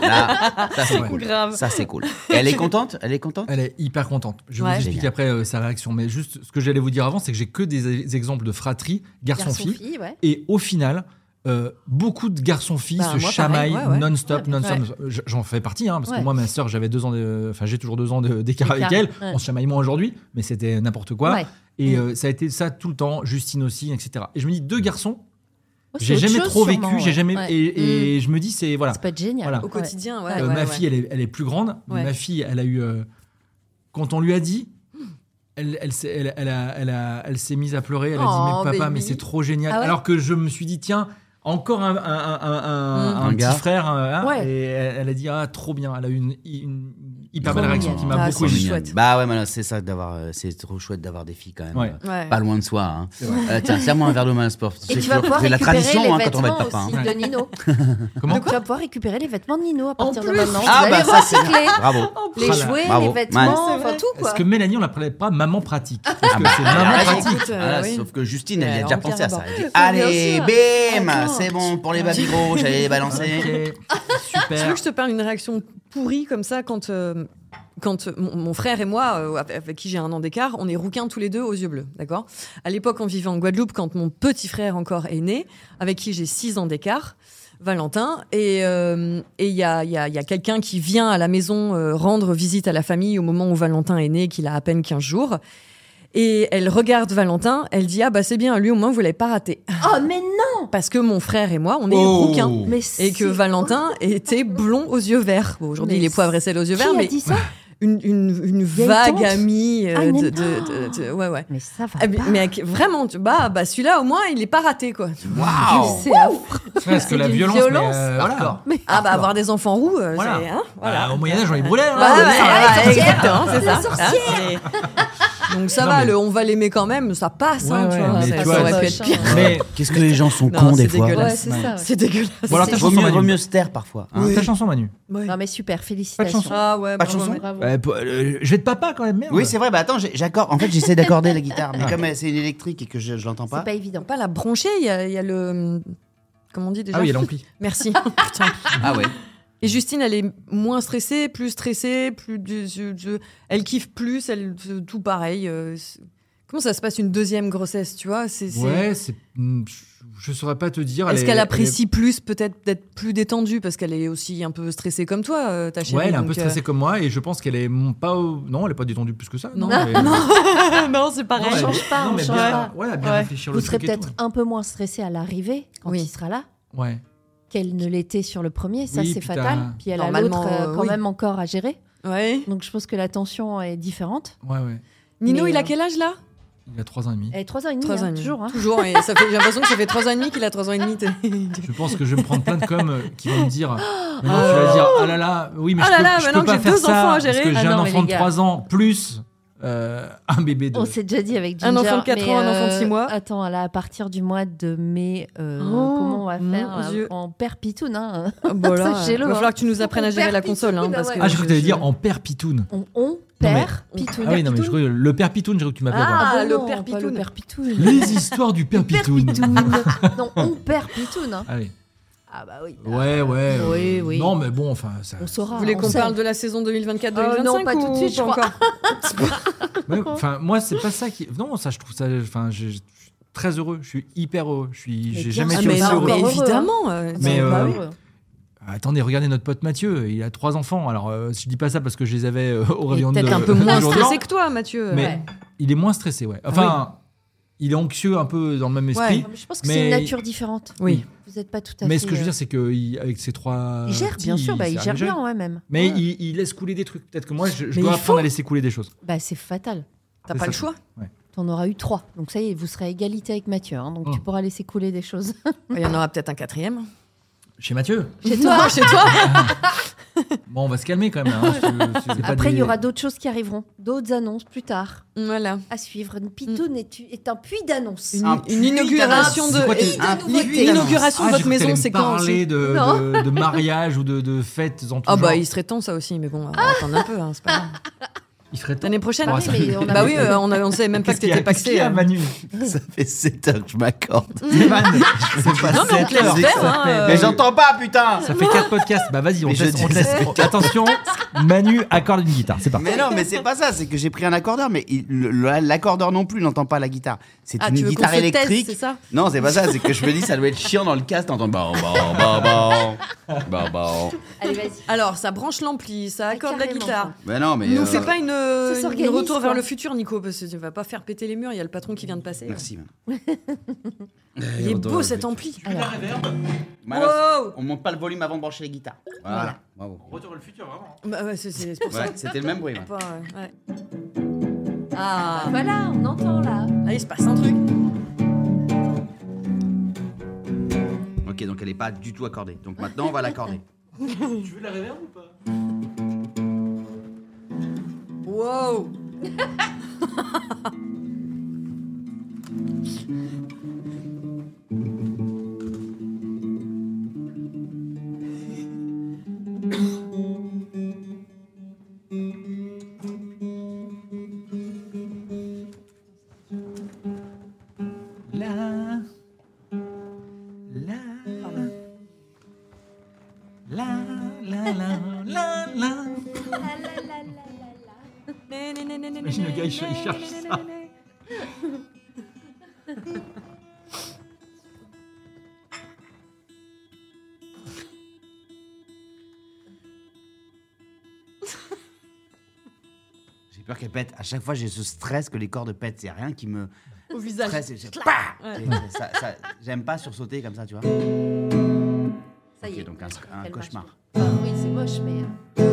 S4: Là, ça c'est
S9: Ouais.
S4: cool.
S3: Grave.
S4: Ça c'est cool. Et elle est contente, elle est contente.
S9: Elle est hyper contente. Je
S3: Ouais.
S9: vous explique
S4: Génial.
S9: après euh, sa réaction. Mais juste, ce que j'allais vous dire avant, c'est que j'ai que des, des exemples de fratrie, garçon-fille.
S8: Garçon-fille, ouais.
S9: Et au final, euh, beaucoup de garçons-filles
S3: Bah,
S9: se
S3: moi,
S9: chamaillent
S3: pareil, ouais, ouais.
S9: non-stop,
S3: Ouais.
S9: non-stop. Je- J'en fais partie, hein, parce
S3: Ouais.
S9: que moi, ma sœur, j'avais deux ans, de- enfin, j'ai toujours deux ans de- d'écart avec
S3: D'écart,
S9: elle.
S3: ouais.
S9: On se chamaille moins aujourd'hui, mais c'était n'importe quoi.
S3: Ouais. Mm.
S9: Et euh, ça a été ça tout le temps, Justine aussi, etc. Et je me dis, deux garçons,
S8: Ouais, c'est
S9: j'ai
S8: autre
S9: jamais
S8: chose,
S9: trop vécu,
S8: sûrement,
S9: j'ai
S8: ouais.
S9: jamais.
S8: Ouais.
S9: Et, et
S3: Mm.
S9: je me dis, c'est voilà.
S8: Ça peut être génial.
S9: Voilà.
S3: Au quotidien, ouais.
S9: Euh,
S3: Ah, ouais,
S9: ma
S3: ouais.
S9: fille, elle est, elle est plus grande. mais
S3: Ouais.
S9: Ma fille, elle a eu. euh, quand on lui a dit, elle, elle, s'est- elle, elle a- elle a- elle s'est mise à pleurer. Elle a
S3: Oh,
S9: dit Mais papa,
S3: baby.
S9: mais c'est trop génial.
S3: Ah ouais
S9: Alors que je me suis dit Tiens, encore un, un- un- un-
S4: Mm.
S9: un
S4: Un gars.
S9: petit frère. euh, hein,
S3: Ouais.
S9: Et elle, elle a dit Ah, trop bien. Elle a eu une, une hyper
S4: Trop
S9: belle réaction
S4: mignon.
S9: qui m'a
S3: Ah,
S9: beaucoup
S3: c'est
S9: ému.
S3: chouette.
S4: Bah ouais, mais là, c'est ça d'avoir, euh, c'est trop chouette d'avoir des filles quand même.
S9: Ouais.
S4: euh,
S3: Ouais.
S4: Pas loin de soi. Hein.
S9: vrai.
S4: Euh, tiens, serre-moi un verre d'eau main sport.
S8: Et tu vas pouvoir
S4: c'est la
S8: récupérer
S4: tradition
S8: les
S4: hein, quand on
S8: vêtements
S4: va être papa.
S8: aussi
S4: hein.
S8: de Nino.
S9: Comment
S8: tu vas pouvoir récupérer les vêtements de Nino à partir de
S3: plus.
S8: maintenant.
S4: Ah,
S8: Vous
S4: bah,
S8: allez
S4: ça, c'est-
S8: recycler
S4: Bravo.
S8: les
S9: Voilà.
S8: jouets,
S4: Bravo.
S8: les vêtements,
S4: Ouais.
S8: enfin tout quoi.
S9: Parce que Mélanie, on l'appelait pas maman pratique. Parce
S4: Ah
S9: que
S4: bah,
S9: c'est
S4: alors,
S9: maman
S4: là,
S9: pratique.
S3: Écoute, euh,
S4: Voilà,
S3: oui.
S4: Sauf que Justine, elle y
S3: Ouais,
S4: a déjà
S3: on
S4: pensé
S3: tient
S4: à ça.
S3: la
S4: Elle dit,
S8: barre. Bien
S4: Allez,
S8: sûr.
S4: bim
S8: Attends.
S4: C'est bon pour les baby gros, j'allais les balancer.
S9: Ok.
S3: Tu veux
S9: Super.
S3: que je te parle d'une réaction pourrie comme ça quand, euh, quand euh, mon, mon frère et moi, euh, avec- avec qui j'ai un an d'écart, on est rouquins tous les deux aux yeux bleus, d'accord À l'époque, on vivait en Guadeloupe quand mon petit frère encore est né, avec qui j'ai 6 ans d'écart. Valentin, et euh, et il y a, il y a- il y a quelqu'un qui vient à la maison euh, rendre visite à la famille au moment où Valentin est né, qu'il a à peine 15 jours. Et elle regarde Valentin, elle dit Ah bah c'est bien, lui au moins vous l'avez pas raté.
S8: Oh mais non
S3: Parce que mon frère et moi, on est rouquins
S8: mais
S3: et que
S8: c'est-
S3: Valentin était blond aux yeux verts. Bon, aujourd'hui,
S8: Mais
S3: il est poivre et sel aux yeux
S8: Qui
S3: verts,
S8: a
S3: mais
S8: dit ça
S3: une, une, une
S8: y a une
S3: vague
S8: tante
S3: amie euh,
S8: Ah, une
S3: de, de-
S8: amie.
S3: de- de- Ouais, ouais.
S8: Mais ça va
S3: Ah, mais-
S8: pas.
S3: mais avec- vraiment, tu- bah, bah celui-là, au moins, il est pas raté, quoi.
S4: Waouh
S8: C'est affreux.
S9: Parce que
S3: C'est
S9: la
S3: d'une
S9: violence.
S3: violence.
S9: mais, euh, voilà.
S3: Ah, bah, avoir des enfants roux, euh,
S9: Voilà.
S3: c'est. hein, voilà.
S9: Bah, au Moyen-Âge, on les brûlait. hein.
S3: Bah, ouais, ouais,
S9: Ah, ouais.
S3: ouais, exactement, c'est ça. hein. Donc, ça
S9: Non,
S3: va,
S9: mais-
S3: le on va les met quand même, ça passe, hein,
S9: Ouais,
S3: tu
S9: ouais,
S3: vois.
S9: mais
S3: ça,
S9: tu
S3: ça
S9: vois,
S3: aurait pu
S8: c'est-
S3: être pire.
S9: Mais
S4: Qu'est-ce que les gens sont
S3: Non,
S4: cons
S3: c'est
S4: des fois
S3: dégueulasse.
S8: Ouais, c'est ça. ouais.
S3: C'est dégueulasse.
S9: Bon, alors,
S3: C'est-
S9: t'as
S4: Vaut
S9: chanson,
S4: mieux,
S9: Manu.
S4: vaut mieux se taire parfois. hein.
S9: Ta chanson, Manu.
S3: Ouais.
S8: Non mais super, félicitations.
S9: chanson.
S3: Ah, ouais,
S4: Pas de
S3: bravo,
S4: chanson
S3: ouais.
S8: Bravo.
S9: Euh, p- euh, je vais te papa quand même, merde.
S4: Oui, c'est vrai. Bah attends, j'ai- j'accorde. En fait, j'essaie d'accorder la guitare, mais comme euh, c'est une électrique et que je, je l'entends
S8: C'est
S4: pas.
S8: pas évident.
S3: Pas la bronchée, il y, a- il y a le. Comment on dit déjà
S9: Ah oui, elle l'ampli.
S3: Merci. Putain.
S4: Ah ouais.
S3: Et Justine, elle est moins stressée, plus stressée, plus du- du- du- elle kiffe plus, elle tout pareil. euh, c'est- Comment ça se passe une deuxième grossesse, tu vois C'est- c'est-
S9: Ouais, c'est. hmm, je- Je saurais pas te dire.
S3: Est-ce
S9: elle est-
S3: qu'elle
S9: elle est-
S3: apprécie plus peut-être d'être plus détendue parce qu'elle est aussi un peu stressée comme toi, euh, ta chérie
S9: Ouais, elle est un
S3: donc,
S9: peu stressée comme moi et je pense qu'elle est mon- pas. au- Non, elle est pas détendue plus que ça.
S3: Non.
S9: elle est-
S3: euh, non, c'est
S9: Non, elle-
S3: pareil.
S8: change pas,
S9: non,
S8: on
S9: mais
S8: change
S9: bien-
S8: pas.
S9: Ouais, à bien
S3: Ouais.
S9: réfléchir
S8: Vous
S9: le
S8: serez
S9: truc et tout.
S8: peut-être un peu moins stressé à l'arrivée quand
S3: Oui.
S8: il sera là
S9: Ouais.
S8: qu'elle ne l'était sur le premier, ça
S9: Oui,
S8: c'est
S9: puis t'as-
S8: fatal. Puis elle a
S3: Normalement,
S8: l'autre euh,
S3: euh,
S8: quand
S3: oui.
S8: même encore à gérer.
S3: Ouais.
S8: Donc je pense que la tension est différente.
S9: Ouais, ouais.
S3: Nino,
S8: Mais,
S3: il a
S8: euh,
S3: quel âge là
S9: Il a 3 ans et demi.
S8: Elle est 3 ans et demi,
S3: Trois
S8: hein,
S3: ans et demi.
S8: toujours. hein.
S3: Toujours. Et ça fait, j'ai l'impression que ça fait trois ans et demi qu'il a trois ans et demi. t'es-
S9: Je pense que je vais me prendre plein de coms euh, qui vont me dire. Mais non, tu vas dire, ah là là, oui, mais
S3: Oh. Ah
S9: je
S3: là
S9: peux,
S3: là,
S9: je
S3: maintenant que
S9: peux pas
S3: j'ai
S9: faire
S3: deux
S9: ça
S3: enfants à
S9: parce
S3: gérer.
S9: que j'ai
S8: Ah
S9: un
S8: non, mais
S9: enfant
S8: les
S9: de
S8: gars.
S9: 3 ans plus euh, un bébé de.
S3: Oh,
S8: On s'est déjà dit avec Ginger.
S3: Un enfant de quatre
S8: mais,
S3: ans, un enfant de six
S8: euh,
S3: mois.
S8: Attends, là, à partir du mois de mai, euh,
S3: Oh,
S8: comment on va
S3: mon
S8: faire
S3: Dieu.
S8: euh, en père pitoune hein
S3: Ah, bon, là,
S8: Sachez-le,
S3: va
S8: hein.
S3: falloir que tu nous apprennes à gérer la
S8: Père
S3: console, hein,
S8: Pitoune,
S3: parce
S8: ouais.
S3: que
S9: Ah, j'ai cru que t'allais dire en père pitoune.
S8: On, on père
S3: mais-
S8: pitoune.
S9: Ah oui, non, mais je
S8: Pitoune.
S9: crois que le père pitoune, j'ai cru que tu m'appelais. avant.
S3: Ah,
S8: Ah,
S3: le
S8: le non,
S3: père
S8: père
S3: Pitoune.
S8: Le père pitoune.
S9: Les histoires du père
S8: Le père
S9: Pitoun.
S8: Pitoune. non, on père pitoune. hein.
S9: Allez.
S8: Ah bah oui.
S9: Ouais, ouais.
S8: Oui,
S9: euh,
S8: oui.
S9: Non, mais bon, enfin, ça.
S8: On saura.
S3: Vous voulez
S8: Ah, on
S3: qu'on
S8: sait.
S3: parle de la saison 2024-2025
S8: Euh, non, pas tout de
S3: ou
S8: suite,
S3: pas
S8: je crois.
S3: encore
S9: Ouais, Enfin, moi, c'est pas ça qui. Non, ça, je trouve ça. Enfin, je je suis très heureux. Je suis hyper heureux. Je suis.
S8: Mais
S9: J'ai
S8: bien
S9: jamais
S8: sûr.
S9: été
S3: mais
S9: aussi
S8: c'est
S3: non,
S9: heureux.
S3: mais
S8: heureux.
S3: évidemment. euh,
S9: Mais,
S8: On
S9: euh,
S8: va voir.
S9: Attendez, regardez notre pote Mathieu. Il a trois enfants. Alors, euh, je dis pas ça parce que je les avais euh, au
S8: Il est
S9: réveillon de.
S8: peut-être
S3: T'es un peu
S9: du
S3: moins
S9: jour de l'an,
S3: stressé que toi, Mathieu.
S9: Mais
S8: Ouais. Ah
S9: il est moins stressé, ouais. Enfin, il est anxieux un peu dans le même
S3: Ouais.
S9: esprit.
S8: Je pense que
S9: Mais-
S8: c'est une nature différente.
S3: Oui.
S8: Vous n'êtes pas tout à fait.
S9: Mais ce que je veux
S8: euh,
S9: dire, c'est que il- avec ces trois.
S8: Il gère,
S9: petits,
S8: bien sûr, bah, il
S9: sait
S8: gère
S9: à gérer.
S8: bien, ouais, même.
S9: Mais
S8: Ouais.
S9: il, il laisse couler des trucs. Peut-être que moi, je, je
S3: Mais
S9: dois
S3: il faut.
S9: apprendre à laisser couler des choses.
S8: Bah, c'est fatal.
S3: T'as
S9: C'est
S3: pas le
S9: ça.
S3: choix.
S8: T'en auras eu trois. Donc ça y est, vous serez à égalité avec Mathieu. hein, donc
S9: Mm.
S8: tu pourras laisser couler des choses.
S3: Il y en aura peut-être un quatrième.
S9: Chez Mathieu.
S8: Chez toi,
S3: chez toi.
S9: Bon, on va se calmer quand même. hein, parce que c'est pas
S8: Après, il
S9: des-
S8: y aura d'autres choses qui arriveront. D'autres annonces plus tard
S3: Voilà.
S8: à suivre. Une
S3: Mm.
S8: pitoune est, est un puits d'annonces.
S3: Une,
S4: Un
S3: une
S4: puits
S3: inauguration
S4: d'annonce. C'est
S3: de.
S4: quoi tes-
S3: et-
S4: un
S3: l'i-
S4: puits
S3: L'inauguration
S9: Ah,
S3: de votre
S9: j'ai cru que
S3: maison,
S9: t'allais
S3: c'est
S9: me
S3: quand aussi
S9: parler de, de, de mariage ou de, de fêtes en tout
S3: Ah, bah,
S9: genre.
S3: il serait temps, ça aussi. Mais bon, on va attendre un peu. hein, c'est pas grave.
S9: il serait temps.
S3: L'année prochaine.
S9: Ah,
S8: oui,
S9: ça-
S8: mais on a-
S3: Bah oui, euh, on, a- on savait même pas que
S9: Qu'est-ce qu'il y a-
S3: t'étais
S9: qu'est-ce qu'il y
S3: paxé.
S9: a,
S3: euh.
S9: Manu
S4: Ça fait 7 heures que je m'accorde.
S9: Stéphane,
S4: Ah, C'est pas
S3: Non, mais on te
S4: sept heures,
S3: laisse
S4: c'est
S3: faire.
S4: que ça.
S3: hein,
S4: Mais
S3: euh,
S4: j'entends pas, putain.
S9: ça fait 4 podcasts. Bah vas-y, on
S4: Mais
S9: te laisse.
S4: je
S9: on te laisse-
S4: dis-
S9: on- Attention, Manu accorde une guitare. C'est parti.
S4: Mais non, mais c'est pas ça, c'est que j'ai pris un accordeur, mais il- le- le- l'accordeur non plus n'entend pas la guitare. C'est C'est
S3: Ah,
S4: une
S3: tu veux qu'on
S4: guitare
S3: se teste,
S4: électrique.
S3: c'est ça
S4: non, c'est pas ça. C'est que je me dis, ça doit être chiant dans le casque d'entendre. bah, Bon, bon, bon, bon. Bon, bon.
S12: Allez, vas-y.
S3: Alors, ça branche l'ampli, ça accorde la guitare.
S4: Ben non, mais.
S3: Nous
S4: euh,
S3: fais pas une,
S12: Ça
S3: une
S12: s'organise,
S3: retour
S12: quoi.
S3: vers le futur, Nico, parce que tu vas pas faire péter les murs. Il y a le patron qui vient de passer.
S4: Merci. madame.
S3: Il est beau cet ampli. Alors,
S4: Manos, On monte pas le volume avant de brancher les guitares. Oh. Voilà.
S3: Voilà.
S4: Bravo.
S11: Retour vers le futur, vraiment.
S3: bah ouais, c'est- c'est c'est pour ça.
S4: Ouais, c'était le même bruit. ouais.
S3: Pas, euh, ouais. Ah.
S12: Voilà, on entend là.
S3: Là, il se passe un truc.
S4: Ok, donc elle est pas du tout accordée. Donc maintenant, on va l'accorder.
S11: hein. Tu veux la réverb ou pas
S3: Wow.
S9: La. La. La. La. La. La. La. Imagine le gars, il ch- il cherche ça.
S4: J'ai peur qu'elle pète. À chaque fois, j'ai ce stress que les cordes pètent. C'est rien qui me
S3: Au visage.
S4: stresse. et je-
S3: Clac.
S4: Pah
S3: Ouais.
S4: Et ça- ça- J'aime pas sursauter comme ça, tu vois.
S12: Ça y
S4: Ok,
S12: est.
S4: donc un, un
S12: Elle marche.
S4: cauchemar.
S12: Enfin, oui, c'est moche, mais. euh, on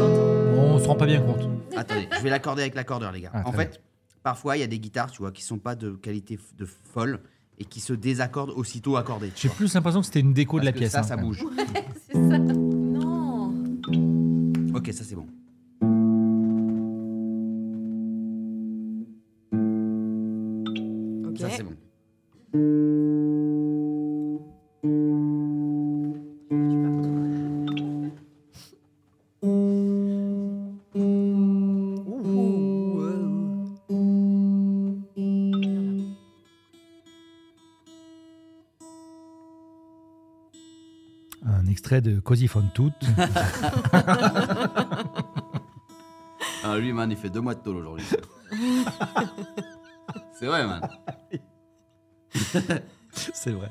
S12: l'entend.
S9: On se rend pas bien compte.
S4: Attendez, je vais l'accorder avec l'accordeur, les gars.
S9: Ah,
S4: en
S9: très
S4: fait, parfois, il y a des guitares, tu vois, qui sont pas de qualité f- de folle et qui se désaccordent aussitôt accordées. tu
S9: J'ai
S4: vois.
S9: plus l'impression que c'était une déco de la
S4: Parce que
S9: pièce.
S4: Ça,
S9: hein,
S4: ça
S9: quand même.
S4: bouge.
S12: C'est ça.
S3: Non.
S4: Ok, ça c'est bon.
S3: Ok.
S4: Ça c'est bon.
S3: Ouh, wow.
S9: Un extrait de Cosy Fun Tout.
S4: Ah, lui, man, il fait deux mois de tôle aujourd'hui. c'est vrai, man.
S9: C'est vrai.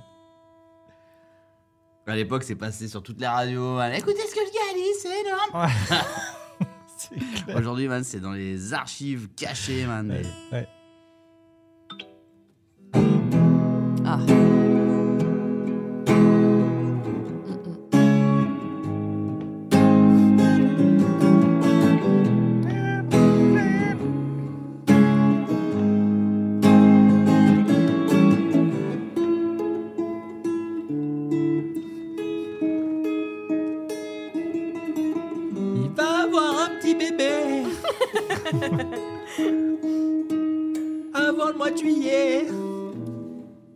S4: À l'époque, c'est passé sur toutes les radios. man. Écoutez ce que le gars a dit, c'est énorme.
S9: C'est clair.
S4: Aujourd'hui, man, c'est dans les archives cachées, man. des-
S9: Ouais.
S3: Ah.
S9: Il va avoir un petit bébé. Avant le mois de juillet.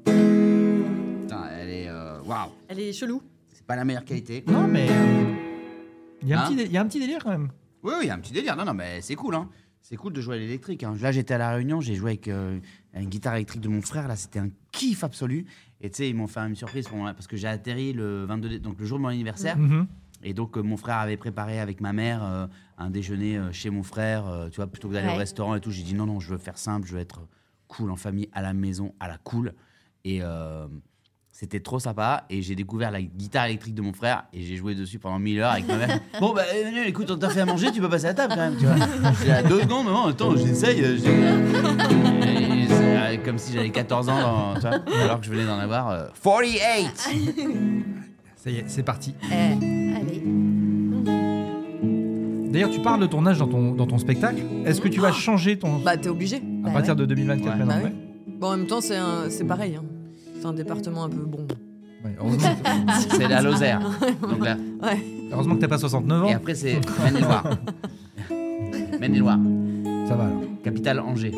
S4: Putain, elle est. euh, Waouh.
S3: Elle est chelou.
S4: C'est pas la meilleure qualité.
S9: Non, mais. euh, Il y, a un
S4: Hein
S9: petit dé- il y a un petit délire quand même.
S4: Oui, oui, il y a un petit délire. Non, non, mais c'est cool, hein. C'est cool de jouer à l'électrique. hein. Là, j'étais à La Réunion, j'ai joué avec euh, une guitare électrique de mon frère. Là, c'était un kiff absolu. Et tu sais, ils m'ont fait une surprise pour moi, parce que j'ai atterri le 22 dé- donc le jour de mon anniversaire.
S9: Mhm.
S4: Et donc, euh, mon frère avait préparé avec ma mère euh, un déjeuner euh, chez mon frère, euh, tu vois, plutôt que d'aller
S12: Ouais.
S4: au restaurant et tout. J'ai dit non, non, je veux faire simple, je veux être cool en famille, à la maison, à la cool. Et euh, c'était trop sympa. Et j'ai découvert la guitare électrique de mon frère et j'ai joué dessus pendant 1000 heures avec ma mère. bon, bah, Emmanuel, écoute, on t'a fait à manger, tu peux passer à table quand même, tu vois. J'ai dit, à deux secondes, non, attends, j'essaye. euh, j'ai- Et c'est, euh, Comme si j'avais 14 ans, dans- tu vois, alors que je venais d'en avoir euh, 48.
S9: Ça y est, c'est parti.
S12: Eh, allez.
S9: D'ailleurs, tu parles de ton âge dans ton, dans ton spectacle. Est-ce que tu vas changer ton.
S3: Bah, t'es obligé.
S9: à partir de 2024
S4: Ouais.
S9: maintenant
S3: Bah
S9: ouais.
S3: Bon, en même temps, c'est un- c'est pareil. hein. C'est un département un peu bon.
S9: Ouais, heureusement,
S4: C'est la Lozère. Donc là.
S3: Ouais.
S9: heureusement que t'as pas 69
S4: Et
S9: ans.
S4: après, c'est Maine-et-Loire. Maine-et-Loire,
S9: Ça va alors.
S4: capitale Angers.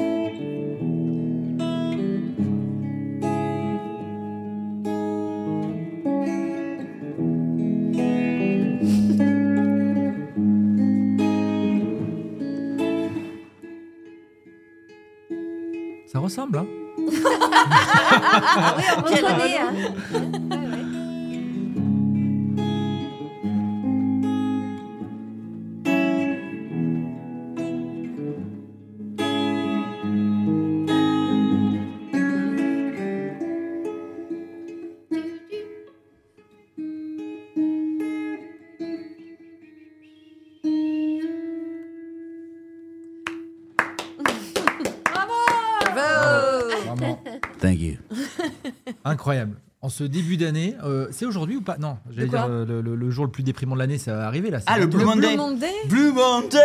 S9: Ça ressemble, hein
S12: Ah oui, on reconnaît. hein. Ouais, ouais.
S4: Thank you.
S9: Incroyable. En ce début d'année, euh, c'est aujourd'hui ou pas Non, j'allais
S3: De quoi
S9: dire euh, le, le- le jour le plus déprimant de l'année, ça va arriver là. c'est
S4: Ah, le
S9: bientôt. hein.
S4: Blue Monday.
S3: Monday
S4: Blue Monday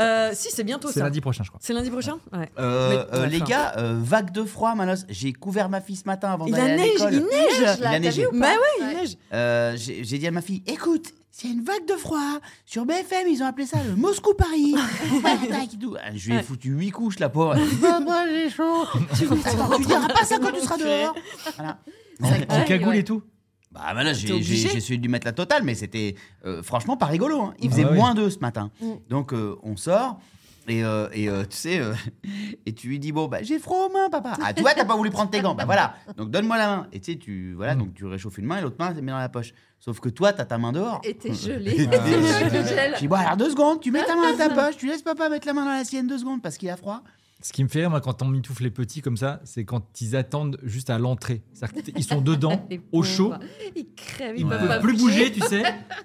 S3: Euh, si, c'est bientôt ça.
S9: C'est lundi prochain, je crois.
S3: C'est lundi prochain Ouais.
S4: Euh,
S3: Mais-
S4: euh,
S3: ouais,
S4: les
S3: enfin.
S4: gars, euh, vague de froid, Manos. J'ai couvert ma fille ce matin avant
S3: Il a
S4: d'aller à
S3: neige,
S4: l'école.
S3: il neige
S4: Il
S3: là,
S4: a
S3: t'as
S4: neigé.
S3: vu ou pas Bah ouais, il neige.
S4: Euh, J'ai j'ai dit à ma fille, écoute, c'est une vague de froid. Sur BFM, ils ont appelé ça le Moscou Paris. Ah, Je lui ai foutu huit couches, la pauvre.
S6: Bah, moi, j'ai chaud.
S4: tu
S6: tu diras pas ça quand tu seras
S4: Enculé.
S6: dehors.
S4: Voilà.
S9: En cagoule et tout.
S4: Bah voilà, j'ai
S9: T'es obligé.
S4: j'ai- j'ai essayé de lui mettre la totale, mais c'était euh, franchement pas rigolo. hein. Il faisait
S9: Ah oui.
S4: moins 2 ce matin.
S6: Mm.
S4: Donc euh, on sort. Et, euh, et, euh, tu sais, euh, et tu lui dis bon bah j'ai froid aux mains papa. Ah tu vois t'as pas voulu prendre tes gants bah voilà donc donne-moi la main. Et tu sais tu voilà donc tu réchauffes une main et l'autre main tu la mets dans la poche. Sauf que toi t'as ta main dehors.
S12: Et t'es gelé.
S4: Et t'es
S12: Ah, ouais.
S4: gelé.
S12: Tu gèles.
S4: Je dis bon alors deux secondes tu mets ta main dans ta poche tu laisses papa mettre la main dans la sienne deux secondes parce qu'il a froid.
S9: Ce qui me fait rire, moi, quand on mitouffe les petits comme ça, c'est quand ils attendent juste à l'entrée. C'est-à-dire qu'ils sont dedans,
S12: Les
S9: au chaud,
S12: pauvres. Ils crèvent, ils
S9: ils ne
S12: peuvent pas
S9: peuvent plus bouger, tu sais,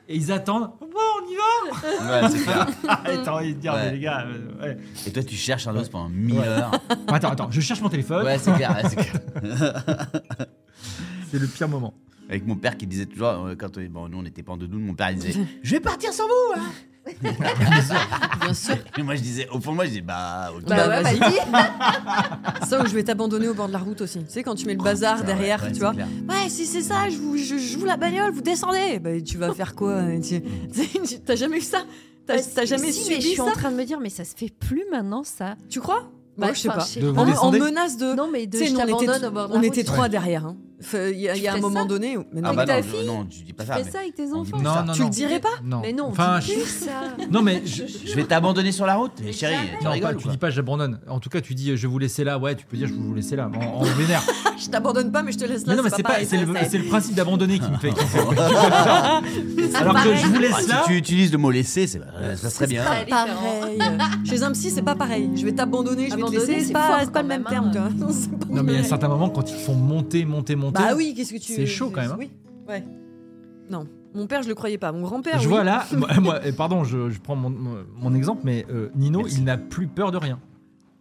S9: et ils attendent. Bon, on y va
S4: Ouais, c'est clair.
S9: Et t'as envie de dire,
S4: Ouais.
S9: mais les gars, euh, ouais.
S4: Et toi tu cherches un os pendant 1000
S9: Ouais.
S4: heures.
S9: Attends, attends, je cherche mon téléphone.
S4: Ouais c'est clair ouais, c'est clair.
S9: C'est le pire moment.
S4: Avec mon père qui disait toujours, euh, quand euh, bon, nous on était pas en doudoune, mon père il disait Je vais partir sans vous hein.
S3: Bien sûr.
S4: Et moi je disais, au fond de moi je disais Bah, ok.
S3: Bah ouais, vas-y. ça, ou je vais t'abandonner au bord de la route aussi. Tu sais, quand tu mets le bazar
S4: putain,
S3: derrière,
S4: Ah, ouais, ouais,
S3: tu
S4: c'est
S3: vois.
S4: clair.
S3: Ouais, si c'est ça, je vous, je, je vous la bagnole, vous descendez. Bah, tu vas faire quoi euh, tu- tu- T'as jamais eu ça T'as t'as jamais
S8: si, mais
S3: subi
S8: Je suis
S3: ça
S8: en train de me dire, mais ça se fait plus maintenant, ça.
S3: Tu crois
S8: Bah,
S3: Moi, je sais
S8: enfin,
S3: pas.
S8: je sais
S9: De
S8: pas.
S9: vous
S3: En, en
S9: descendez
S3: menace de.
S8: Non, mais de
S3: Tu sais,
S8: je
S3: nous, on était,
S8: t'abandonne au bord de la
S3: on
S8: route.
S3: était trois
S9: Ouais.
S3: derrière. hein. Fait- Il y a, il y a un
S8: Tu fais
S3: moment
S8: ça
S3: donné où. Mais non,
S4: Ah
S3: mais
S4: bah
S3: t'as-
S4: non,
S8: fille,
S4: je- non, je dis pas
S8: Tu
S4: ça.
S8: fais
S4: mais
S8: ça avec tes
S4: on dit
S8: enfants
S4: plus ça.
S9: Non, non,
S3: tu
S9: non.
S3: le dirais pas
S9: Non.
S8: Mais non,
S9: enfin,
S8: on dit
S9: je-
S8: plus ça.
S9: Non, mais je-
S4: Je vais t'abandonner sur la route. Mais chérie, tu
S9: Non, pas,
S4: rigoles ou
S9: tu
S4: quoi
S9: dis pas j'abandonne. En tout cas, tu dis euh, je vais vous laisser là. Ouais, tu peux dire je vais vous laisser là. En, en vénère.
S3: Je t'abandonne pas, mais je te laisse là.
S9: mais non, mais c'est pas.
S3: pareil,
S9: C'est le,
S3: ça,
S9: c'est le principe d'abandonner qui me fait. qui me fait- Alors que
S12: pareil.
S9: je vous laisse
S4: Ah,
S9: là.
S4: Si tu utilises le mot laisser, c'est- euh, ça serait bien.
S12: pas
S3: Pareil. Chez un psy, c'est pas pareil. Je vais t'abandonner, je vais te
S8: Abandonner,
S3: laisser.
S8: c'est
S3: C'est pas,
S8: fort
S3: c'est pas le
S8: quand
S3: même
S8: même,
S3: terme.
S8: hein.
S3: tu vois. Non, c'est pas
S9: Non, mais à un
S3: pareil.
S9: certain moment, quand ils te font monter, monter, monter.
S3: Bah oui, qu'est-ce que tu
S9: C'est chaud, quand même, hein.
S3: Oui, ouais. Non, mon père, je le croyais pas. Mon grand-père.
S9: Je
S3: oui.
S9: vois là, moi, moi, et pardon, je, je prends mon, mon- mon exemple, mais euh, Nino,
S4: Merci.
S9: il n'a plus peur de rien.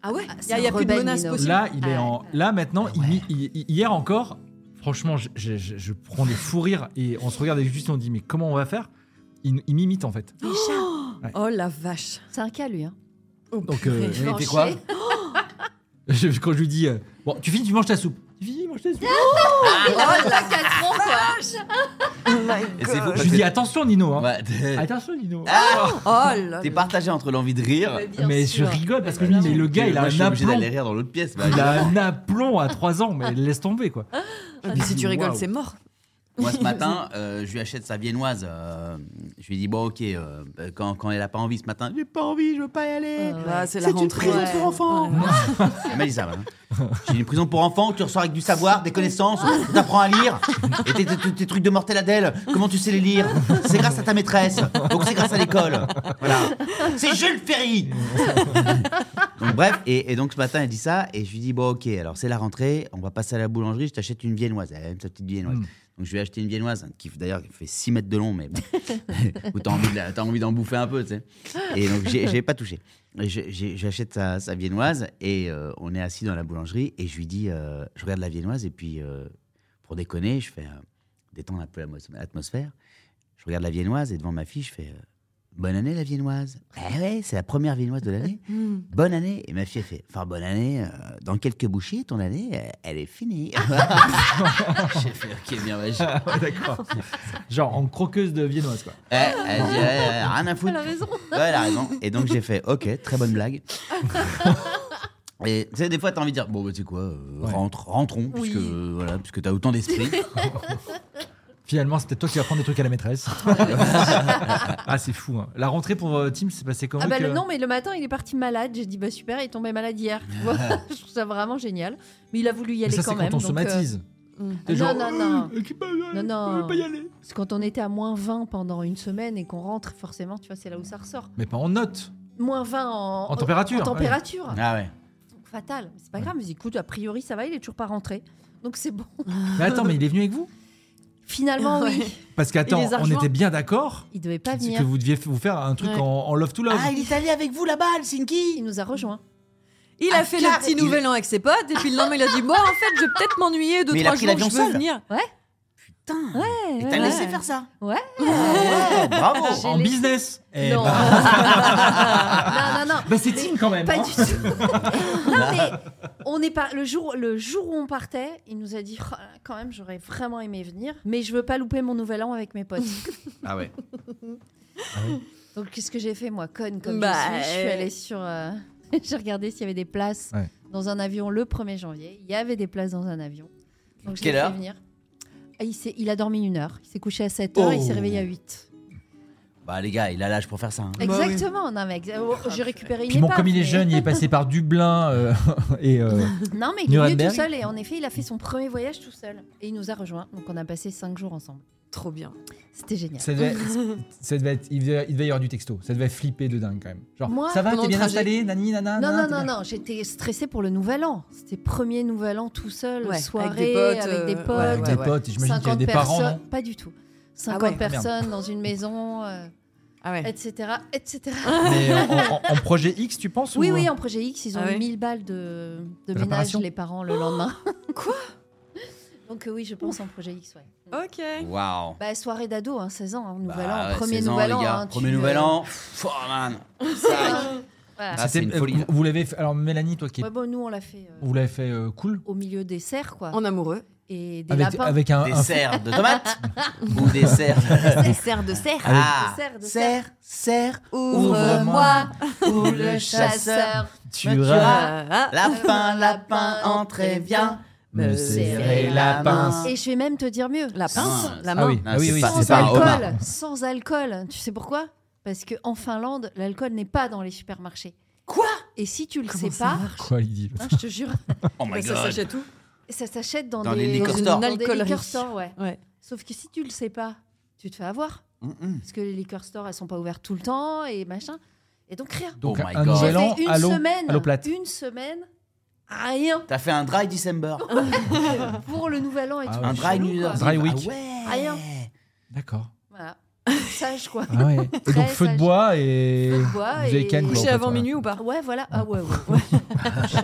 S3: Ah ouais
S8: c'est
S3: Il n'y a,
S8: un
S3: plus de
S8: rebelle,
S3: menace
S8: Nino.
S3: possible.
S9: Là, il est
S8: Ah
S9: en. Là maintenant, il mit- il- il- hier encore, franchement, je, je- je- je prends des fous rires et on se regarde avec Justine, on dit mais comment on va faire il, il m'imite en fait.
S8: Les chats.
S3: Oh la vache. Oh,
S8: C'est un cas, lui. Hein.
S9: Donc euh,
S4: Et t'es quoi
S9: je- quand je lui dis euh, bon, tu finis, tu manges ta soupe. Tu finis, mange ta soupe.
S4: Ah
S12: Il a même pas 4 ans, quoi.
S4: Et c'est fou
S9: je
S4: parce
S9: lui dis
S4: que-
S9: attention Nino. hein.
S4: Ouais, t'es-
S9: Attention Nino.
S4: Ah
S3: Oh là
S4: T'es
S3: là.
S4: partagé entre l'envie de rire.
S12: Mais bien
S9: mais
S12: sûr.
S9: je rigole parce que
S4: Ah,
S9: je me dis mais le gars il a
S4: Moi, je
S9: un
S4: suis obligé
S9: aplomb.
S4: d'aller rire dans l'autre pièce. bah,
S9: Il a un aplomb à 3 ans, mais laisse tomber quoi.
S3: Ah, mais si tu rigoles,
S9: Waouh.
S3: c'est mort.
S4: Moi, ce matin, euh, je lui achète sa viennoise. euh, je lui dis, bon, ok, euh, quand, quand elle a pas envie ce matin, j'ai pas envie, je veux pas y aller.
S3: Bah, c'est la
S4: une
S3: rentrée.
S4: prison pour enfants.
S3: Ouais.
S4: Elle m'a dit ça, madame. J'ai une prison pour enfants où tu ressors avec du savoir, des connaissances, on t'apprend à lire. Et tes, tes- tes trucs de mortel Adèle, comment tu sais les lire C'est grâce à ta maîtresse. Donc c'est grâce à l'école. Voilà. C'est Jules Ferry donc, bref, et, et donc ce matin, elle dit ça, et je lui dis Bon, ok, alors c'est la rentrée, on va passer à la boulangerie, je t'achète une viennoise. Elle aime sa petite viennoise. Donc je lui ai acheté une viennoise, qui d'ailleurs qui fait 6 mètres de long, mais bon, Où t'as envie de la- t'as envie d'en bouffer un peu, tu sais. Et donc j'ai j'ai pas touché. Et je- j'ai- J'achète sa, sa viennoise, et euh, on est assis dans la boulangerie, et je lui dis euh, Je regarde la viennoise, et puis euh, pour déconner, je fais euh, détendre un peu l'atmos- l'atmosphère. Je regarde la viennoise, et devant ma fille, je fais euh, Bonne année la viennoise. Eh ouais, c'est la première viennoise de l'année. Bonne année. Et ma fille elle fait, enfin bonne année, euh, dans quelques bouchées, ton année, euh, elle est finie. J'ai fait, ok, bien, ouais. j'ai-
S9: Ouais, D'accord. Genre en croqueuse de viennoise quoi.
S4: Eh, elle dit, eh, eh, rien à foutre.
S8: Ah. Elle a raison.
S4: Ouais, elle a raison. Et donc j'ai fait, ok, très bonne blague. Et tu sais, des fois, t'as envie de dire, bon, bah, tu sais quoi, euh,
S9: Ouais.
S4: rentre, rentrons, puisque, euh, voilà, puisque t'as autant d'esprit.
S9: Finalement, c'est peut-être toi qui vas prendre des trucs à la maîtresse. ah, c'est fou. hein. La rentrée pour euh, Tim, c'est passé comment
S8: Ah bah
S9: que-
S8: le- non, mais le matin, il est parti malade. J'ai dit, bah super, il est tombé malade hier. Tu vois Je trouve ça vraiment génial. Mais il a voulu y
S9: Mais
S8: aller
S9: ça, c'est
S8: quand
S9: quand
S8: même.
S9: on se
S8: donc, euh,
S9: matise. T'es
S8: non, non, non.
S9: Euh, qui peut-
S8: Non, non.
S9: on veut pas y aller.
S8: Parce que quand on était à moins 20 pendant une semaine et qu'on rentre, forcément, tu vois, c'est là où ça ressort.
S9: Mais pas en note.
S8: Moins 20 en,
S9: En température,
S8: En température.
S4: Ah ouais.
S8: Donc, Fatal. C'est pas grave, mais écoute, a priori, ça va, il est toujours pas rentré. Donc c'est bon.
S9: Mais attends, mais il est venu avec vous
S8: Finalement, oui.
S9: Parce qu'attends,
S3: Il les a
S9: on
S3: rejoints.
S9: était bien d'accord
S8: Il devait pas
S9: c'est que
S8: venir.
S9: vous deviez f- vous faire un truc
S3: Ouais.
S9: en, en love to love.
S4: Ah, il est allé avec vous là-bas,
S8: Il
S4: Helsinki
S8: nous a rejoints.
S3: Il a fait le petit
S13: Il-
S3: nouvel an avec ses potes et puis le lendemain il a dit bon en fait je vais peut-être m'ennuyer deux
S13: Mais il a
S3: trois
S13: pris
S3: jours
S13: l'avion
S3: je veux
S13: seul.
S3: venir.
S8: Ouais.
S4: Putain.
S8: Ouais.
S4: Et
S8: ouais,
S4: t'as laissé
S8: ouais.
S4: faire ça
S8: Ouais.
S4: Ah Bravo.
S8: Ah, J'ai
S9: Oh, En
S8: laissé-
S9: business Eh
S8: Non.
S9: bah.
S8: non, non.
S9: Bah, c'est team quand même.
S8: Pas
S9: hein.
S8: du tout. non, mais on est pas le jour, le jour où on partait, il nous a dit Oh là, quand même, j'aurais vraiment aimé venir, mais je veux pas louper mon nouvel an avec mes potes.
S4: Ah ouais.
S8: Donc qu'est-ce que j'ai fait moi, conne comme
S3: Bah,
S8: je suis, je suis
S3: euh.
S8: allée sur, euh, j'ai regardé s'il y avait des places
S9: Ouais.
S8: dans un avion le 1er janvier. Il y avait des places dans un avion. Donc je l'ai
S4: Quelle heure
S8: fait venir. Et Il, s'est- il a dormi une heure. Il s'est couché à 7 heures, il s'est
S4: Oh.
S8: réveillé à 8.
S9: Ah
S4: Bah les gars, il a l'âge pour faire ça. hein.
S8: Exactement, non mec, euh,
S3: Oh,
S8: j'ai récupéré une
S9: Puis bon,
S8: épave,
S9: comme il est
S8: mais-
S9: jeune, il est passé par Dublin euh, et. euh,
S8: Non, mais il est
S9: Nuremberg.
S8: tout seul et en effet, il a fait son premier voyage tout seul et il nous a rejoints. Donc on a passé cinq jours ensemble.
S3: Trop bien.
S8: C'était génial.
S9: Ça devait, ça devait être, il, devait, il devait y avoir du texto. Ça devait flipper de dingue quand même. Genre,
S8: Moi,
S9: ça va,
S3: pendant
S9: t'es
S3: le
S9: bien
S3: trajet-
S9: installé, nani, nana.
S8: non,
S9: nana,
S8: non,
S9: t'es
S8: non,
S9: bien-
S8: non, j'étais stressée pour le nouvel an. C'était premier nouvel an tout seul,
S3: Ouais, avec des
S8: soirée,
S3: potes,
S8: avec
S3: euh,
S8: des potes.
S9: Ouais, avec
S3: Ouais,
S9: des
S3: ouais,
S9: potes, j'imagine qu'il y
S8: 50
S9: avait des parents.
S8: personnes-
S9: non
S8: Pas du tout. 50
S3: Ah ouais.
S8: personnes dans une maison, euh,
S3: Ah ouais. Ah,
S8: etc. etc.
S9: Mais en, en- en projet X, tu penses
S8: oui,
S9: ou...
S8: oui, en projet X, ils ont
S3: Ah ouais.
S8: eu 1000 balles de, de
S9: De
S8: ménage,
S9: réparation
S8: les parents, le lendemain. Quoi Donc euh, oui, je pense en projet X, ouais.
S3: Ok.
S4: Waouh.
S8: Bah, soirée d'ado, hein, 16 ans, hein, nouvel
S4: Bah,
S8: an,
S4: ouais,
S8: premier
S4: 16 ans,
S8: nouvel
S4: les
S8: an.
S4: gars.
S8: hein, tu,
S4: premier
S8: euh,
S4: nouvel an. Pff, oh, man. Tac.
S8: voilà.
S4: Ah, c'est
S9: C'était-
S4: une folie.
S9: euh, Vous, vous l'avez fait. Alors, Mélanie, toi qui.
S8: Ouais, bon, nous, on l'a fait euh,
S9: Vous l'avez fait euh, cool
S8: au milieu des serres, quoi.
S3: En amoureux.
S8: Et des
S9: avec,
S8: lapins.
S9: avec un.
S4: Des
S9: un-
S4: serres de tomates ou des serres.
S3: Des serres de serre.
S4: Ah.
S8: Des serres, des
S4: Serre, serre,
S9: Ouvre-moi,
S4: ou
S8: Le chasseur,
S9: tu
S4: Me
S9: verras.
S3: Ah,
S4: Lapin, lapin, entrez, viens.
S9: Me
S8: Euh,
S9: serrer la pince.
S8: Et je vais même te dire mieux.
S3: La pince,
S4: Pince.
S3: la
S9: Ah
S3: main.
S9: oui, ah oui,
S4: c'est
S9: oui,
S4: pas-
S9: c'est
S8: sans
S9: pas un homard.
S8: alcool, sans alcool. Tu sais pourquoi Parce que en Finlande, l'alcool n'est pas dans les supermarchés.
S3: Quoi
S8: Et si tu le
S3: Comment
S8: sais
S3: ça
S8: pas,
S3: marche
S9: Quoi, il dit
S8: hein, je te jure,
S4: Oh my
S3: Bah, Ça
S4: god.
S3: s'achète tout.
S8: ça s'achète dans,
S4: Dans les
S8: des
S4: liquor
S8: dans
S4: stores.
S8: des
S3: L'alcoolerie.
S8: liquor stores, ouais.
S3: Ouais.
S8: Sauf que si tu le sais pas, tu te fais avoir
S4: Mm-mm.
S8: parce que les liquor stores elles sont pas ouvertes tout le temps et machin. Et donc rien.
S9: Donc,
S4: Oh my
S9: un
S4: God.
S8: J'ai
S9: nouvel an,
S8: fait une
S9: à l'eau- à l'eau
S8: semaine,
S9: plate.
S8: une semaine, rien
S4: T'as fait un dry December.
S8: pour le nouvel an et
S9: Ah
S8: tout.
S9: ouais.
S4: Un dry
S8: Chelou,
S4: New
S8: quoi.
S4: Year's
S9: Dry
S4: Eve. Ah
S9: week.
S4: ouais.
S8: Rien.
S9: D'accord.
S8: Voilà. Sage quoi.
S9: Ah ouais. Et donc,
S8: Très
S9: feu de
S8: sage.
S9: bois et.
S8: Feu de bois
S9: Vous avez
S8: et-
S9: Ken, quoi, en
S8: Coucher
S3: Couché
S9: fait,
S3: avant
S9: voilà.
S3: minuit ou pas
S8: Ouais, voilà. Ah ouais, ouais. ouais. Coucher-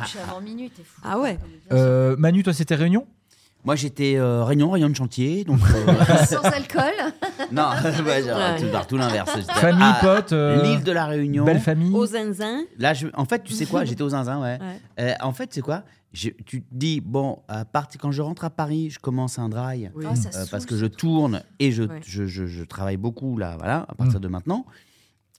S8: coucher avant minuit, t'es fou.
S3: Ah ouais.
S8: Bien sûr.
S9: Euh, Manu, toi, c'était réunion
S4: Moi j'étais euh, réunion, réunion de chantier, donc euh,
S8: Sans alcool.
S4: non, ouais, genre,
S3: Ouais.
S4: tout, par tout l'inverse. J'étais
S8: Ah.
S9: Famille,
S4: à
S9: potes, euh,
S4: Ah, l'île de la Réunion.
S9: Belle famille
S3: Au zinzin.
S4: Là, je, en fait, tu sais quoi J'étais aux zinzin, ouais.
S3: Ouais.
S4: Euh, en fait, c'est quoi Je- Tu te dis bon, à partir quand je rentre à Paris, je commence un dry.
S3: Oui.
S8: Oh, ça
S4: Euh,
S8: saoule,
S4: parce que
S8: ça.
S4: je tourne et je,
S3: Ouais.
S4: je, je- je travaille beaucoup là, voilà, à partir de maintenant.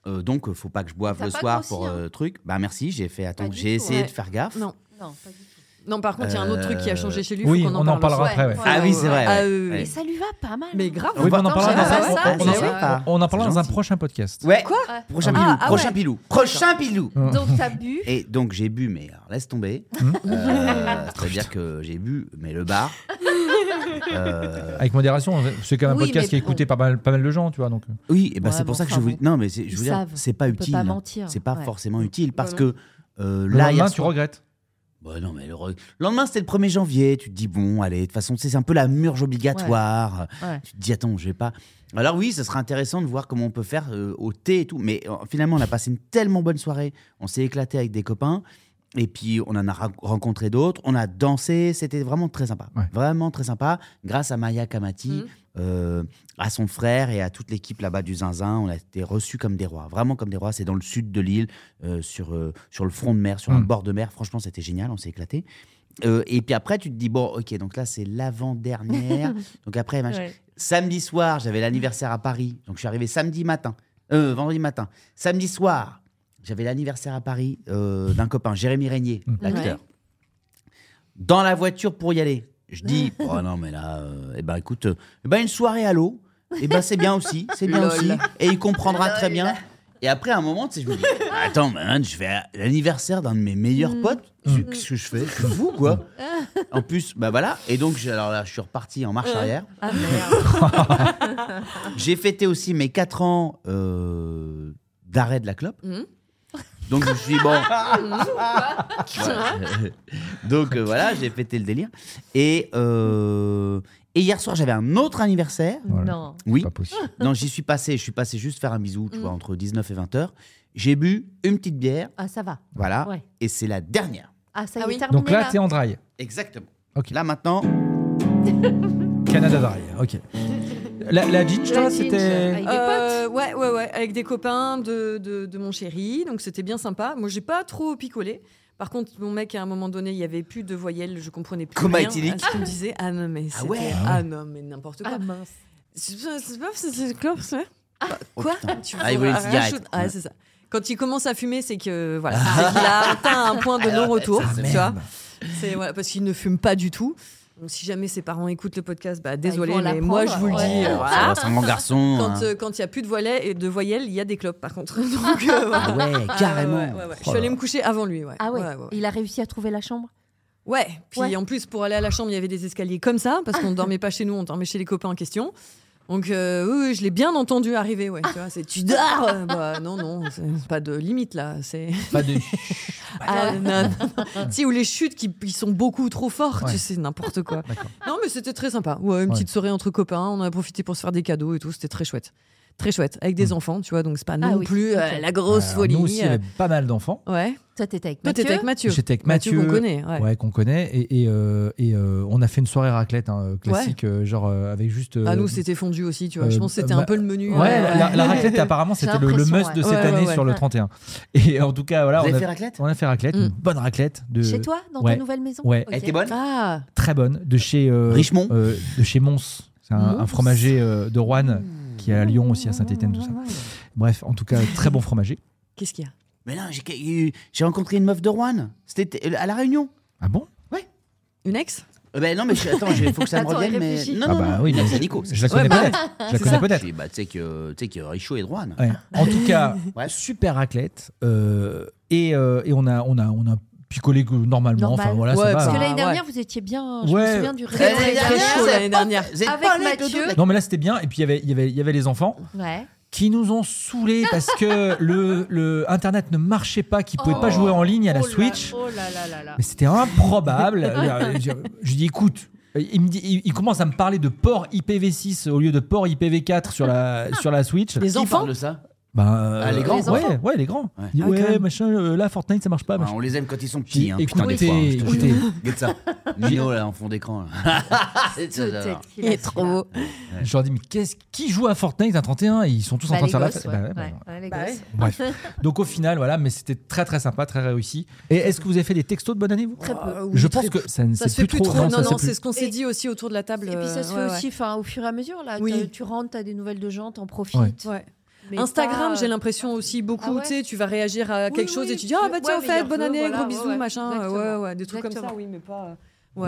S4: Euh, donc, faut pas que je boive
S8: T'as
S4: le
S8: pas
S4: soir
S8: grossi,
S4: pour
S8: hein.
S4: euh, truc. Bah merci, j'ai fait attends,
S8: du
S4: j'ai
S8: tout,
S4: essayé
S3: ouais.
S4: de faire gaffe.
S3: Non.
S8: Non, pas du tout.
S3: Non, par contre, il y a un autre truc qui a changé chez lui.
S9: Euh, Oui,
S3: faut qu'on
S9: on en
S3: parle
S9: parlera
S3: aussi.
S9: après, ouais.
S4: Ah oui, c'est vrai,
S3: Ah,
S4: ouais.
S3: euh,
S4: Ouais.
S8: Et ça lui va pas mal. hein.
S3: Mais grave.
S9: Oui, mais on en
S4: Attends,
S9: parlera
S8: j'avais
S9: dans
S8: pas
S9: un-
S8: ça,
S9: on en-
S8: j'avais pas.
S9: on en parlera
S4: C'est
S9: dans un
S4: gentil.
S9: prochain podcast.
S4: Ouais.
S3: Quoi
S4: Prochain
S3: Ah,
S4: pilou,
S3: ah
S4: prochain
S3: ouais.
S4: pilou, prochain pilou.
S8: Donc t'as bu.
S4: Et donc j'ai bu, mais alors, laisse tomber. Euh, C'est-à-dire que j'ai bu, mais le bar. Euh,
S9: Avec modération, c'est quand même un
S8: Oui,
S9: podcast
S8: mais
S9: qui est écouté par mal, pas mal de gens, tu vois. Donc,
S4: oui, et ben
S8: Ouais,
S4: c'est pour
S8: mais
S4: ça que je
S8: enfin,
S4: voulais.
S8: bon.
S4: Non, mais c'est- je
S8: Ils
S4: veux dire,
S8: savent.
S4: c'est pas
S8: On peut
S4: utile.
S8: pas mentir.
S4: C'est pas
S8: Ouais. Mm,
S4: forcément utile parce
S3: Voilà.
S4: que euh,
S9: le
S4: là, hier
S9: lendemain, tu
S4: soir-
S9: regrettes.
S4: Bah non, mais le re- le lendemain, c'était le 1er janvier. Tu te dis, bon, allez, de toute façon, tu sais, c'est un peu la murge obligatoire.
S8: Ouais.
S4: Tu te dis, attends, je vais pas. Alors, oui, ce sera intéressant de voir comment on peut faire euh, au thé et tout. Mais euh, finalement, on a passé une tellement bonne soirée. On s'est éclaté avec des copains. Et puis, on en a ra- rencontré d'autres. On a dansé. C'était vraiment très sympa.
S9: Ouais.
S4: Vraiment très sympa. Grâce à Maya Kamati,
S3: Mhm.
S4: euh, à son frère et à toute l'équipe là-bas du Zinzin, on a été reçus comme des rois. Vraiment comme des rois. C'est dans le sud de l'île, euh, sur, euh, sur le front de mer, sur un
S9: Mhm.
S4: bord de mer. Franchement, c'était génial. On s'est éclaté. Euh, et puis après, tu te dis, bon, ok, donc là, c'est l'avant-dernière. donc après, machin.
S8: Ouais.
S4: samedi soir, j'avais l'anniversaire à Paris. Donc je suis arrivé samedi matin, euh, vendredi matin. Samedi soir, j'avais l'anniversaire à Paris euh, d'un copain, Jérémy Régnier, l'acteur. Dans la voiture pour y aller, je dis, oh non, mais là, euh, eh ben, écoute, euh, eh ben, une soirée à l'eau, eh ben, c'est bien aussi, c'est bien
S3: Lol.
S4: aussi. Et il comprendra
S8: Lol.
S4: très bien. Et après, à un moment, tu sais, je me dis, attends, man, je vais à l'anniversaire d'un de mes
S8: Mm.
S4: meilleurs potes. Je- Qu'est-ce que je fais Je suis fou, quoi. En plus, bah voilà. Et donc, j'ai- alors là, je suis reparti en marche arrière.
S8: Ah merde.
S4: J'ai fêté aussi mes 4 ans euh, d'arrêt de la clope.
S8: Mm.
S3: Mhm.
S4: Donc, je me suis dit, bon. Ouais. Donc, euh, voilà, j'ai fêté le délire. Et, euh, Et hier soir, j'avais un autre anniversaire.
S8: Voilà. Non.
S4: Oui. Non, j'y suis passé. Je suis passé juste faire un bisou, tu vois, entre 19 et 20 heures. J'ai bu une petite bière.
S8: Mm. Ah, ça va.
S4: Voilà.
S8: Ouais.
S4: Et c'est la dernière.
S8: Ah, ça y est, terminé.
S9: Donc là, t'es en draille.
S4: Exactement. Là, maintenant.
S9: Canada Dry, ok. La, la Ginge, toi, c'était.
S3: Euh, Ouais, ouais, ouais, avec des copains de, de, de mon chéri, donc c'était bien sympa. Moi, j'ai pas trop picolé. Par contre, mon mec, à un moment donné, il y avait plus de voyelles, je comprenais plus
S4: Coma
S3: rien
S4: éthylique.
S3: à ce qu'il me disait. Ah non, mais c'était-
S4: ouais.
S3: ah non, mais n'importe quoi.
S8: Ah mince.
S3: C'est pas, c'est pas- c'est- c'est clope, ça Quoi Tu
S4: Ah, il voulait une
S3: rajoutes-
S4: cigarette.
S3: Ah, c'est ça. Quand il commence à fumer, c'est que voilà, c'est qu'il a atteint un point de non-retour,
S4: Ah,
S3: tu vois.
S4: merde.
S3: C'est voilà, parce qu'il ne fume pas du tout. Donc, si jamais ses parents écoutent le podcast, bah désolé,
S8: vont
S3: mais moi je vous le dis.
S8: l'apprendre, ouais.
S3: euh,
S8: Ah. Ça
S3: voilà.
S4: va, c'est un grand garçon,
S3: Quand
S4: hein.
S3: euh, quand il n'y a plus de voyelles et de voyelles, il y a des clopes par contre. Donc, euh,
S4: Ah
S3: voilà.
S4: ouais, carrément.
S3: ouais, ouais, ouais. Je
S4: Oh
S3: suis
S4: là
S3: allée me coucher avant lui. Ouais.
S8: Ah ouais.
S3: Ouais, ouais, ouais.
S8: Il a réussi à trouver la chambre.
S3: Ouais, puis
S8: Ouais.
S3: en plus, pour aller à la chambre, il y avait des escaliers comme ça, parce qu'on ne dormait pas chez nous, on dormait chez les copains en question. Donc, euh, oui, oui, je l'ai bien entendu arriver,
S8: Ah.
S3: ouais. Tu vois, c'est tu dors Euh, Bah non, non, c'est pas de limite là. C'est.
S9: Pas de.
S3: Ah, non, non, non. Si, ou les chutes qui qui sont beaucoup trop fortes,
S9: Ouais.
S3: tu sais, n'importe quoi. Non, mais c'était très sympa. Ouais, une
S9: Ouais.
S3: petite soirée entre copains, on en a profité pour se faire des cadeaux et tout, c'était très chouette. Très chouette, avec des enfants, tu vois, donc c'est pas non
S8: oui,
S3: plus euh,
S8: ok.
S3: la grosse
S9: Alors,
S3: folie.
S9: Nous aussi, il y avait pas mal d'enfants.
S3: euh, Ouais.
S8: Toi, t'étais avec
S3: Toi,
S8: Mathieu.
S3: t'étais avec Mathieu.
S9: J'étais avec Mathieu.
S3: qu'on connaît, ouais.
S9: qu'on connaît. Et, et, euh, et, euh, on a fait une soirée raclette hein, classique, euh, genre euh, avec juste. euh,
S3: Ah, nous, c'était fondu aussi, tu vois. je
S9: euh,
S3: pense que c'était
S9: bah,
S3: un peu le menu.
S9: Ouais, la- La, la raclette, apparemment,
S8: J'ai
S9: c'était le, le
S8: l'impression,
S9: must
S8: ouais.
S9: de cette
S3: Ouais, ouais,
S9: année
S3: ouais.
S9: sur le
S3: Ouais.
S9: 31. Et en tout cas, voilà.
S4: Vous
S9: on
S4: avez
S9: a
S4: fait raclette
S9: On a fait raclette, une bonne raclette. De...
S8: Chez toi, dans
S9: Ouais.
S8: ta nouvelle maison.
S9: Ouais.
S8: Ok. Hein
S4: Elle était bonne
S3: Ah,
S9: Très bonne. De chez. euh,
S4: Richemont
S9: euh, De chez Mons. C'est un, un
S8: Mons.
S9: fromager euh, de Roanne qui est à Lyon aussi, à Saint-Etienne, tout ça. Bref, en tout cas, très bon fromager.
S3: qu'est-ce qu'il y a
S4: Mais non, j'ai- euh, j'ai rencontré une meuf de Rouen. C'était euh, à La Réunion.
S9: Ah bon
S3: Une ex
S4: Euh, Ben non, mais je- attends, il faut que ça me
S8: Attends,
S4: revienne.
S8: il
S4: Mais...
S8: réfléchit.
S4: Non,
S9: Ah
S4: non,
S9: bah
S4: non,
S9: oui,
S4: non,
S9: mais
S4: c'est Nico.
S9: Je la connais peut-être. Je la connais peut-être.
S4: Je dis, bah, tu sais que, tu sais que Richaud est de Rouen.
S9: Ouais. En tout cas,
S4: Ouais.
S9: super raclette. euh, et, euh, et on a, on a, on a picolé que- normalement.
S8: Normal.
S9: Enfin voilà,
S3: Ouais,
S9: ça
S3: parce
S9: va. hein.
S8: Parce
S3: Ah,
S8: que l'année
S3: ouais.
S8: dernière, vous étiez bien. Je me
S9: Ouais.
S8: souviens du
S3: Très, très,
S8: réveil.
S3: très chaud l'année dernière.
S4: Vous êtes
S8: Avec
S4: pas les deux
S8: Mathieu.
S4: autres.
S9: Non mais là c'était bien. Et puis il y avait- il y avait- il y avait les enfants
S8: Ouais.
S9: qui nous ont saoulés parce que le, le internet ne marchait pas, qu'ils pouvaient pas jouer en ligne à la
S8: Oh là-
S9: Switch.
S8: Oh là là là là.
S9: Mais c'était improbable. je je lui dis écoute, il, me dit, il, il commence à me parler de port IPv6 au lieu de port IPv4 sur la, sur la Switch.
S3: Les
S4: Qui
S3: enfants
S4: parle de ça
S9: Ben,
S4: Ah, les grands,
S9: ouais, ouais, les grands.
S4: Ouais.
S9: Il dit,
S3: Ah oui, quand
S9: ouais,
S3: même.
S9: machin, euh, là Fortnite ça marche pas.
S4: Ouais,
S9: machin.
S4: On les aime quand ils sont
S9: J'ai dit,
S4: petits. Hein, putain, des
S9: écoutez,
S4: fois, hein, je te jure.
S9: écoutez.
S4: Regarde ça. Nino, là, en fond d'écran. là. C'est ça, ça, ça.
S8: Peut-être qu'il a celui-là.
S3: beau.
S9: Je leur dis, mais qu'est-ce, qui joue à Fortnite à 31 Et Ils sont tous en
S8: Bah,
S9: train de
S8: les
S9: faire la
S8: gosses,
S9: fête.
S8: ouais.
S9: Bah ouais, bah
S8: Ouais,
S9: ouais.
S8: ouais, les
S3: Bah
S8: gosses.
S9: Bref. Donc au final, voilà, mais c'était très très sympa, très réussi. Et est-ce que vous avez fait des textos de bonne année, vous
S8: Très peu.
S9: Je pense que ça ne
S3: Ça se
S9: s'est
S3: fait plus trop.
S9: non,
S3: Non,
S9: ça
S3: non,
S9: s'est
S3: c'est
S9: plus-
S3: ce qu'on s'est dit aussi autour de la table.
S8: Et puis ça se
S3: euh,
S8: fait
S3: ouais,
S8: aussi enfin, au fur et à mesure. Là,
S3: Oui.
S8: T'as- tu rentres, tu as des nouvelles de gens, t'en profites.
S9: Ouais.
S3: ouais. Ouais.
S8: Mais
S3: Instagram,
S8: pas- euh,
S3: j'ai l'impression aussi beaucoup.
S8: Ah ouais
S3: Tu sais, tu vas réagir à
S8: Oui,
S3: quelque chose
S8: oui,
S3: et tu dis ah
S8: tu-
S3: bah tiens,
S8: ouais,
S3: au fait,
S8: meilleur
S3: bonne
S8: vœu,
S3: année,
S8: voilà,
S3: gros
S8: ouais,
S3: bisous,
S8: ouais.
S3: machin. euh, Ouais,
S8: Exactement.
S3: ouais, des trucs comme ça.
S8: Exactement.
S3: Oui, mais pas. euh,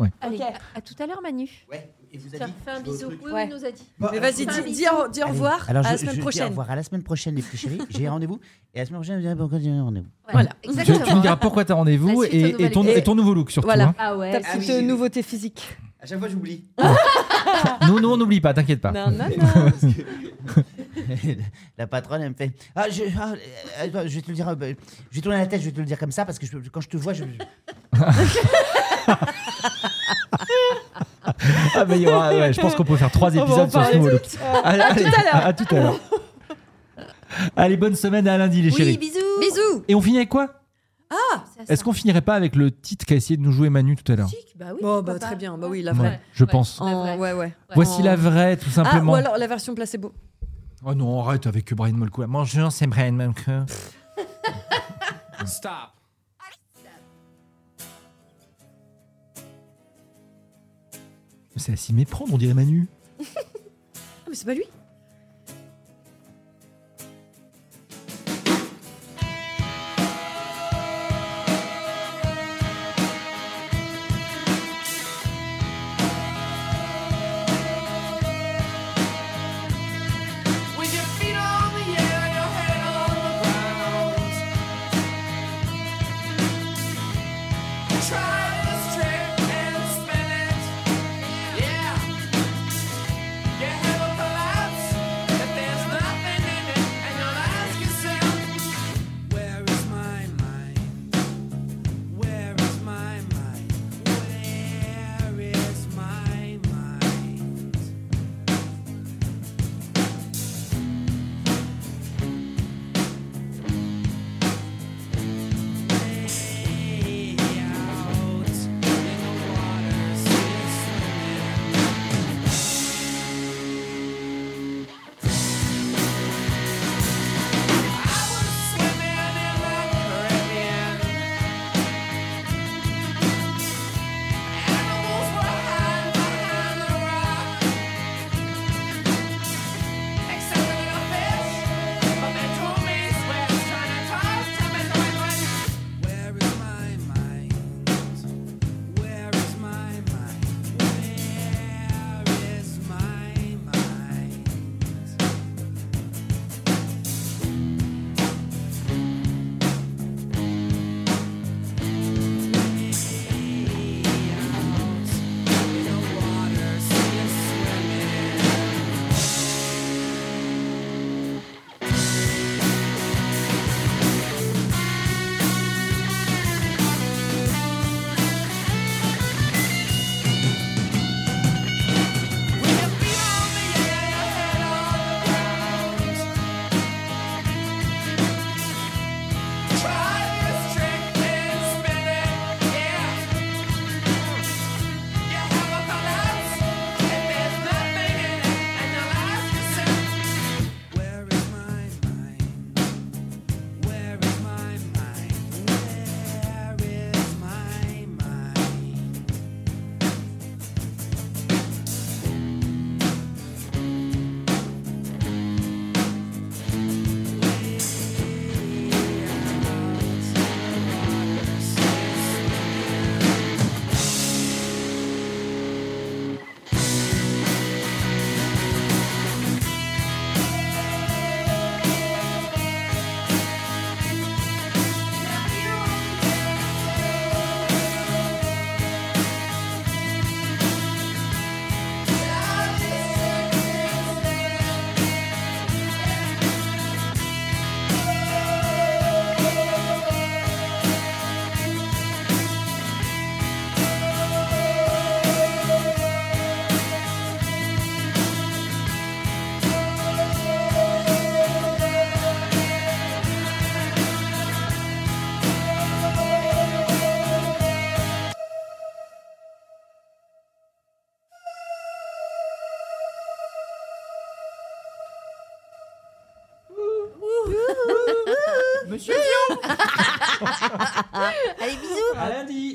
S3: Ouais.
S8: Allez,
S3: Ok.
S8: à, à tout à l'heure, Manu.
S4: Ouais, il vous
S8: Tu
S4: a
S8: leur
S4: dit,
S8: fais un
S4: je vais au
S8: bisou.
S4: truc.
S8: Oui,
S3: Ouais.
S8: il nous a dit.
S3: Mais vas-y, dis, dis au dis au
S4: Bah, Allez.
S3: revoir
S4: Alors,
S3: à la
S4: je-
S3: semaine
S4: je dis Au
S3: prochaine.
S4: revoir à la semaine prochaine, les petits chéris. J'ai rendez-vous. Et la semaine prochaine, je vous dirai pourquoi j'ai rendez-vous.
S8: Ouais,
S3: Voilà.
S9: Tu, tu me diras
S8: Exactement.
S9: pourquoi t'as rendez-vous
S8: La suite au
S9: et,
S8: nouvel
S9: et ton,
S8: épisode.
S9: et ton nouveau look surtout.
S3: Voilà.
S9: hein.
S8: Ah ouais.
S3: Ta
S13: Ah oui,
S3: petite
S13: j'ai vu.
S3: nouveauté physique.
S13: À chaque fois, j'oublie.
S9: hein. Nous, nous, on n'oublie pas, t'inquiète pas.
S3: Non, non, non.
S4: la patronne, elle me fait ah, je, ah, euh, euh, je vais te le dire, euh, je vais tourner la tête, je vais te le dire comme ça parce que je- quand je te vois, je.
S9: Ah, bah, il y aura- ouais, je pense qu'on peut faire trois
S3: va en
S9: épisodes sur ce
S3: parler
S9: nouveau look. Allez, allez, à tout à l'heure. Allez, bonne semaine à lundi, les
S8: Oui,
S9: chéris.
S8: bisous.
S3: Bisous.
S9: Et on finit avec quoi
S8: Ça, ça.
S9: Est-ce qu'on finirait pas avec le titre qu'a essayé de nous jouer Manu tout à l'heure
S8: Tic, Bah oui.
S3: Bon,
S8: pourquoi
S3: bah
S8: pas.
S3: très bien. Bah oui, la
S9: Ouais,
S3: vraie.
S9: Je pense.
S8: La vraie.
S3: En- Ouais, ouais.
S9: Voici
S3: En-
S9: la vraie, tout
S3: Ah,
S9: simplement.
S3: ou alors la version placebo.
S9: Oh non, arrête avec Brian Molko. Bonjour, c'est Brian Molko.
S11: Stop.
S9: C'est à s'y méprendre, on dirait Manu.
S3: Ah, mais c'est pas lui.
S12: With your feet on the air, your head on the ground. Try this trick and spin it. Yeah. Your head will collapse
S9: Monsieur
S8: Allez, bisous.
S9: À lundi.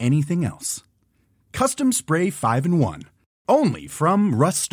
S14: anything else. Custom Spray 5 in 1. Only from Rust